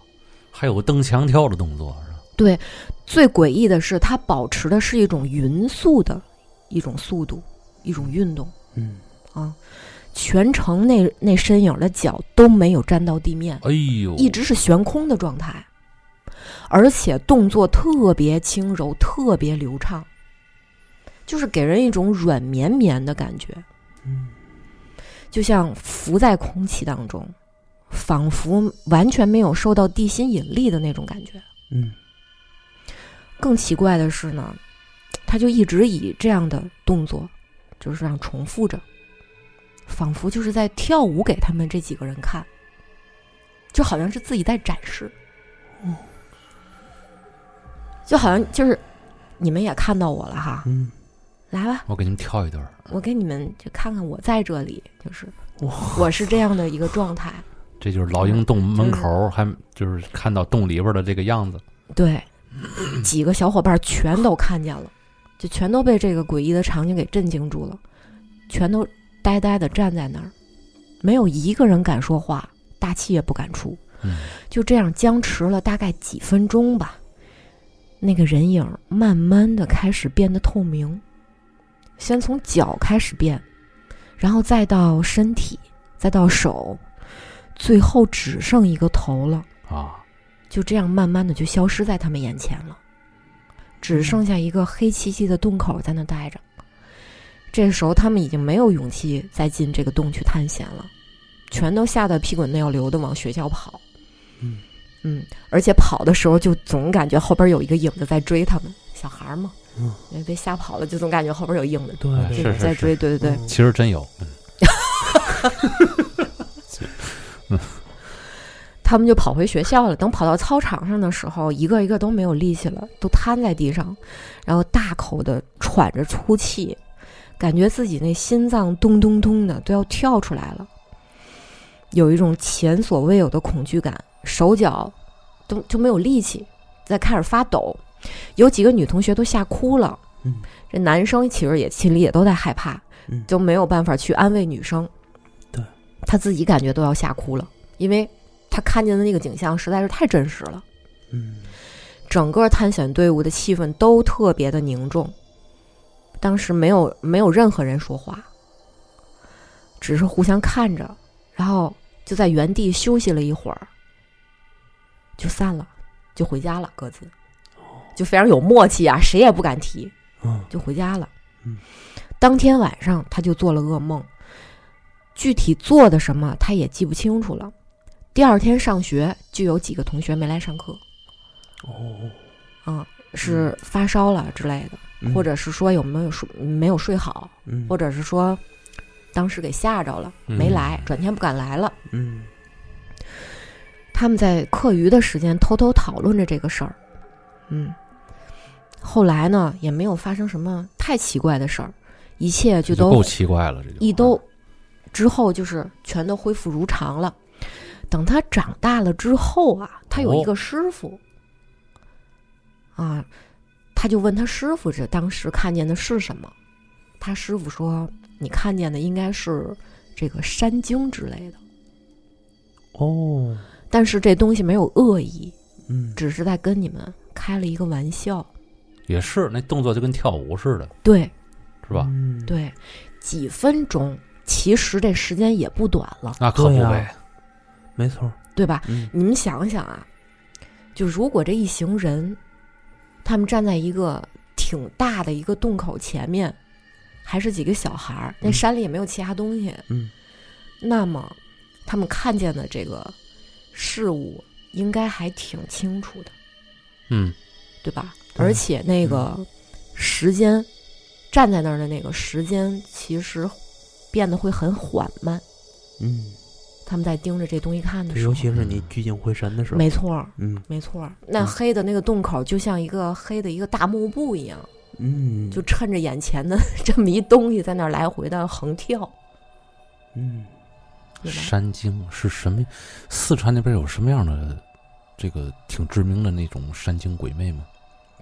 S1: 还有蹬墙跳的动作是吧？
S2: 最诡异的是，它保持的是一种匀速的一种速度，一种运动
S4: 嗯，
S2: 啊。全程那那身影的脚都没有沾到地面，
S1: 哎呦，
S2: 一直是悬空的状态，而且动作特别轻柔，特别流畅，就是给人一种软绵绵的感觉，
S4: 嗯，
S2: 就像浮在空气当中，仿佛完全没有受到地心引力的那种感觉。
S4: 嗯，
S2: 更奇怪的是呢，他就一直以这样的动作，就是这样重复着，仿佛就是在跳舞给他们这几个人看，就好像是自己在展示。
S4: 嗯，
S2: 就好像就是你们也看到我了哈，
S4: 嗯，
S2: 来吧，
S1: 我给你们跳一段儿，
S2: 我给你们就看看我在这里，就是
S4: 哇
S2: 我是这样的一个状态。
S1: 这就是老鹰洞门口
S2: 嗯
S1: 儿，还就是看到洞里边的这个样子。
S2: 对，几个小伙伴全都看见了，就全都被这个诡异的场景给震惊住了，全都呆呆的站在那儿，没有一个人敢说话，大气也不敢出，
S1: 嗯
S2: 就这样僵持了大概几分钟吧。那个人影儿慢慢的开始变得透明，先从脚开始变，然后再到身体，再到手，最后只剩一个头了。
S1: 啊，
S2: 就这样慢慢的就消失在他们眼前了，只剩下一个黑漆漆的洞口在那待着。这时候他们已经没有勇气再进这个洞去探险了，全都吓得屁滚尿流的往学校跑。
S4: 嗯
S2: 嗯而且跑的时候就总感觉后边有一个影子在追他们，小孩儿嘛，
S4: 嗯
S2: 因为被吓跑了，就总感觉后边有影子
S4: 对
S1: 哎
S4: 对
S1: 是
S4: 对
S1: 是
S2: 在追。对对对，
S4: 嗯
S1: 其实真有，嗯
S2: 他们就跑回学校了。等跑到操场上的时候，一个一个都没有力气了，都瘫在地上，然后大口的喘着粗气，感觉自己那心脏咚咚咚的都要跳出来了，有一种前所未有的恐惧感，手脚都就没有力气，在开始发抖。有几个女同学都吓哭了，
S4: 嗯
S2: 这男生其实也心里也都在害怕，
S4: 嗯
S2: 就没有办法去安慰女生。
S4: 对，
S2: 他自己感觉都要吓哭了，因为他看见的那个景象实在是太真实了。
S4: 嗯
S2: 整个探险队伍的气氛都特别的凝重，当时没有没有任何人说话。只是互相看着，然后就在原地休息了一会儿，就散了，就回家了，各自就非常有默契啊，谁也不敢提，
S4: 嗯
S2: 就回家了。
S4: 嗯，
S2: 当天晚上他就做了噩梦，具体做的什么他也记不清楚了。第二天上学就有几个同学没来上课，
S4: 哦，
S2: 啊、是发烧了之类的，
S4: 嗯
S2: 或者是说有没有睡没有睡好，
S4: 嗯
S2: 或者是说当时给吓着了
S1: 嗯
S2: 没来，转天不敢来了。
S4: 嗯
S2: 他们在课余的时间偷偷讨论着这个事儿，嗯，后来呢也没有发生什么太奇怪的事儿，一切就
S1: 这就够
S2: 都
S1: 奇怪了，这啊就
S2: 一都之后就是全都恢复如常了。等他长大了之后啊，他有一个师傅，啊，他就问他师傅这当时看见的是什么，他师傅说你看见的应该是这个山精之类的，
S4: 哦
S2: 但是这东西没有恶意，
S4: 嗯
S2: 只是在跟你们开了一个玩笑。
S1: 也是那动作就跟跳舞似的，
S2: 对
S1: 是吧？
S4: 嗯
S2: 对，几分钟，其实这时间也不短了，
S1: 那可不
S4: 对啊
S1: 呗，
S4: 没错儿
S2: 对吧？
S4: 嗯
S2: 你们想想啊，就如果这一行人，他们站在一个挺大的一个洞口前面，还是几个小孩儿，那
S4: 嗯
S2: 山里也没有其他东西，
S4: 嗯
S2: 那么他们看见的这个事物应该还挺清楚的，
S1: 嗯，
S2: 对吧？
S4: 对嗯
S2: 而且那个时间，站在那儿的那个时间，其实变得会很缓慢。
S4: 嗯，
S2: 他们在盯着这东西看的
S4: 对，
S2: 时
S4: 尤
S2: 候，
S4: 其是你聚精会神的时候，
S2: 没错儿，
S4: 嗯
S2: 没错儿，那黑的那个洞口就像一个黑的一个大幕布一样，
S4: 嗯
S2: 就趁着眼前的 这么一东西在那儿来回的横跳，
S4: 嗯
S2: 对吧？
S1: 山精是什么？四川那边有什么样的这个挺知名的那种山精鬼魅吗？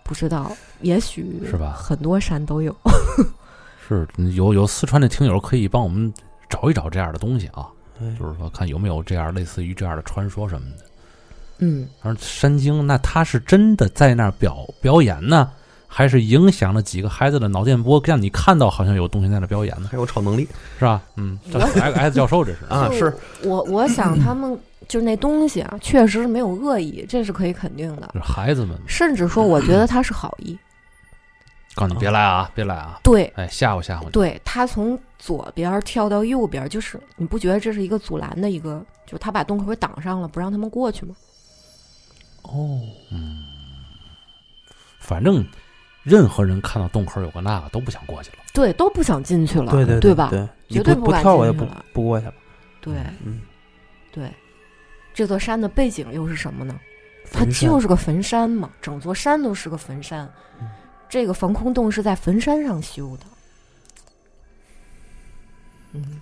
S2: 不知道，也许
S1: 是吧
S2: 很多山都有。
S1: 是有有四川的听友可以帮我们找一找这样的东西啊，
S4: 哎
S1: 就是说看有没有这样类似于这样的传说什么的。
S2: 嗯，
S1: 而山精那他是真的在那儿表表演呢，还是影响了几个孩子的脑电波，让你看到好像有东西在那表演呢？
S3: 还有超能力
S1: 是吧？嗯，这 X X 教授这 是
S3: 啊，
S2: 就是我我想他 们就是那东西啊，确实是没有恶意，这是可以肯定的
S1: 就。是孩子们，
S2: 甚至说，我觉得他是好意。
S1: 告诉你别来啊，别来啊，
S2: 对，
S1: 哎，吓唬吓唬你。
S2: 对他从左边儿跳到右边儿，就是你不觉得这是一个阻拦的一个，就是他把洞口给挡上了，不让他们过去吗？
S4: 哦
S1: 嗯反正任何人看到洞口有个那个都不想过去了。
S2: 对，都不想进去了，
S4: 对对
S2: 对吧？
S4: 对，
S2: 绝
S4: 你
S2: 对
S4: 不
S2: 不
S4: 不
S2: 敢
S4: 跳我也
S2: 进去
S4: 不
S2: 了
S4: 不过去了，
S2: 对
S4: 嗯，
S2: 对，这座山的背景又是什么呢？它
S4: 坟山
S2: 就是个坟山嘛，整座山都是个坟山。
S4: 嗯
S2: 这个防空洞是在坟山上修的，嗯，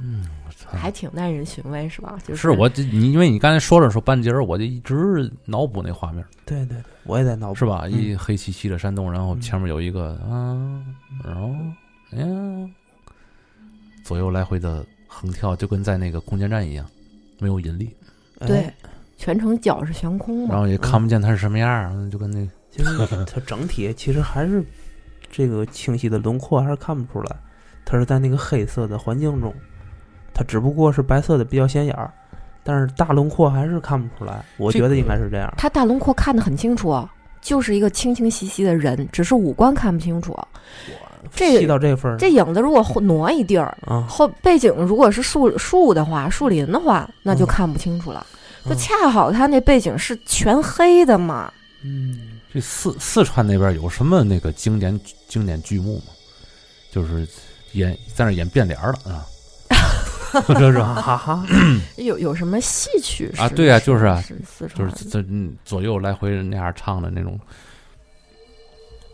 S4: 啊
S2: 还挺耐人寻味，是吧？就是
S1: 我这你，因为你刚才说的时候半截儿，我就一直脑补那画面，
S4: 对对对，我也在脑补
S1: 是吧？
S4: 嗯
S1: 一黑漆漆的山洞，然后
S4: 嗯
S1: 前面有一个啊，然后哎呀，左右来回的横跳，就跟在那个空间站一样，没有引力，
S4: 哎
S2: 对，全程脚是悬空
S1: 然
S2: 嘛。
S1: 后也看不见它是什么样儿，就跟那
S4: 其实它整体其实还是这个清晰的轮廓还是看不出来，它是在那个黑色的环境中，它只不过是白色的比较显眼儿，但是大轮廓还是看不出来。我
S1: 这
S4: 觉得应
S1: 个
S4: 该是这样。
S2: 他大轮廓看得很清楚啊，就是一个清清晰晰的人，只是五官看不清楚。啊这
S4: 细到这份儿
S2: 这影子如果后挪一地儿，
S4: 啊，
S2: 后背景如果是树树的话，树林的话，那就
S4: 嗯
S2: 看不清楚了。那
S4: 嗯
S2: 恰好他那背景是全黑的嘛，
S4: 嗯，
S1: 这四四川那边有什么那个经典经典剧目吗？就是演在那演变脸儿了啊，这是
S4: 啊 哈哈，
S2: 有有什么戏曲
S1: 啊
S2: 是
S1: 对啊就是啊
S2: 是四
S1: 就
S2: 川
S1: 是这嗯左右来回那样唱的那种，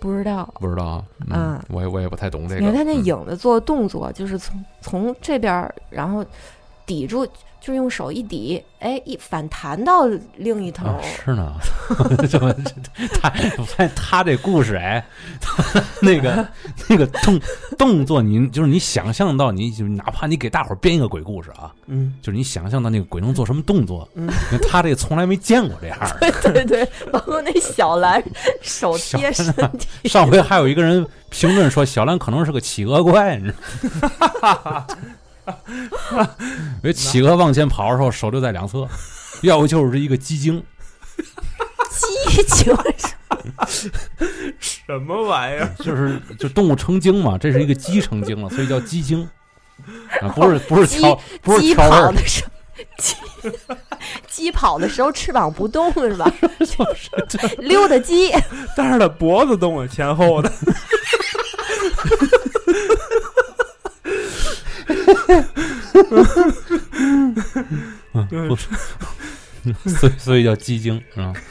S2: 不知道。
S1: 不知道啊，嗯，
S2: 啊
S1: 我也我也不太懂这个。
S2: 你看他那
S1: 嗯
S2: 影子做动作，就是从从这边儿，然后抵住，就是用手一抵，哎，一反弹到另一头
S1: 啊
S2: 儿，，
S1: 是呢， 这么这他我发现他这故事哎， 他那个那个动动作你，就是你想象到你就哪怕你给大伙儿编一个鬼故事啊，
S4: 嗯，
S1: 就是你想象到那个鬼能做什么动作，
S4: 嗯
S1: 你看他这从来没见过这样儿的。
S2: 对对，包括那小兰手贴身体，
S1: 上 回还有一个人评论说小兰可能是个企鹅怪，你知道吗？因为企鹅往前跑的时候手就在两侧，要不就是一个鸡精，
S2: 激情
S5: 什么玩意 儿？
S1: 就是就动物成精嘛，这是一个鸡成精了，所以叫鸡精啊，不是不是
S2: 鸡
S1: 调 不是
S2: 鸡
S1: 调味
S2: 跑
S1: 儿，
S2: 的时候，鸡鸡跑的时候翅膀不动 是吧？ 溜达鸡，
S5: 但是他脖子动了，前后的。
S1: 嗯，不是，所以所以叫鸡精啊。 哎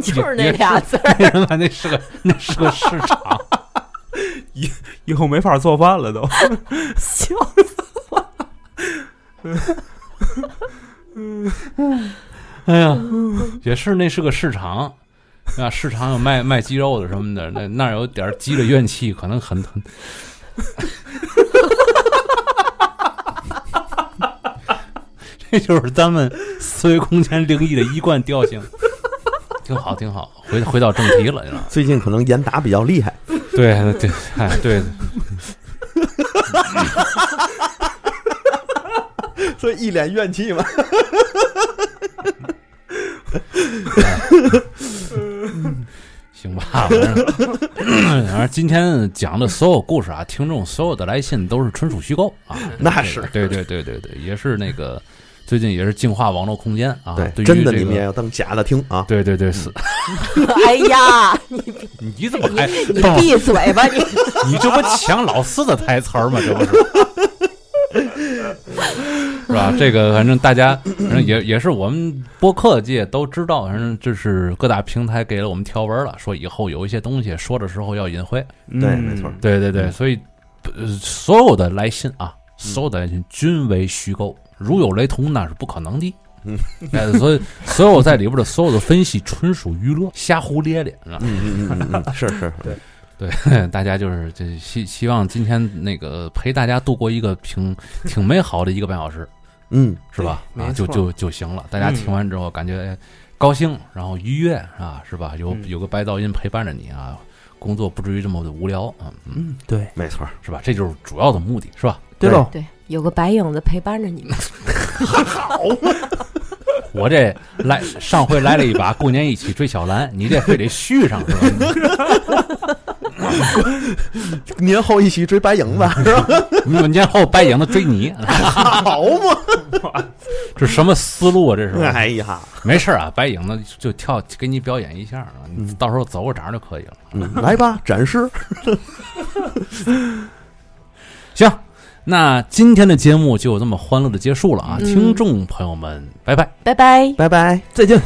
S2: 就是那俩字儿。
S1: 那人把那是个那是个市场，
S5: 以后没法做饭了都。
S2: 行，
S1: 哎呀，也是那是个市场。啊，市场有卖卖鸡肉的什么的，那那儿有点儿积了怨气，可能很 很。这就是咱们思维空间灵异的一贯调性，挺好，挺好。回回到正题了，你知道吗
S3: 最近可能严打比较厉害，
S1: 对对，哎对，
S3: 所以一脸怨气嘛。
S1: 行吧，反正 反正今天讲的所有故事啊，听众所有的来信都是纯属虚构啊，
S3: 那是
S1: 对对对对对，也是那个最近也是净化网络空间啊，对于
S3: 真的
S1: 这
S3: 你们也
S1: 个。
S3: 要当假的听啊。
S1: 对对对，是。
S2: 哎 呀，你
S1: 你怎么还
S2: 你
S1: 蹦？
S2: 闭嘴吧你！
S1: 你这不抢老四的台词儿吗？这不是，是吧？这个反正大家，反正也也是我们播客界都知道，反正这是各大平台给了我们条文了，说以后有一些东西说的时候要隐晦。
S3: 对没错
S5: 嗯
S1: 对对对，所以、呃、所有的来信啊，
S4: 嗯
S1: 所有的来信均为虚构，如有雷同那是不可能的。
S3: 嗯
S1: 哎，所以所有在里边的所有的分析纯属娱 乐，瞎胡咧咧。是吧
S3: 嗯嗯嗯嗯嗯，是是，
S1: 对，大家就是这希希望今天那个陪大家度过一个 挺挺美好的一个半小时，
S3: 嗯，
S1: 是吧？
S4: 对
S1: 啊，
S4: 没
S1: 就
S4: 错
S1: 就就行了。大家听完之后感觉哎高兴，然后愉悦啊，是吧？有
S4: 嗯
S1: 有个白噪音陪伴着你啊，工作不至于这么的无聊啊，嗯，
S4: 嗯，对，
S3: 没错。
S1: 是吧？这就是主要的目的，是吧？
S4: 对喽，
S2: 对，有个白影子陪伴着你们。
S1: 我这来上回来了一把，过年一起追小兰，你这非得续上是吧？
S3: 年后一起追白影子， 是吧？
S1: 你年后白影子追你，
S3: 好嘛！
S1: 这什么思路啊？这是
S3: 哎呀，
S1: 没事儿啊，白影子就跳给你表演一下啊，你到时候走个场就可以了。
S3: 嗯来吧，展示。
S1: 行，那今天的节目就这么欢乐的结束了啊，
S2: 嗯
S1: 听众朋友们，拜拜。
S2: 拜拜。
S3: 拜拜。
S4: 再见。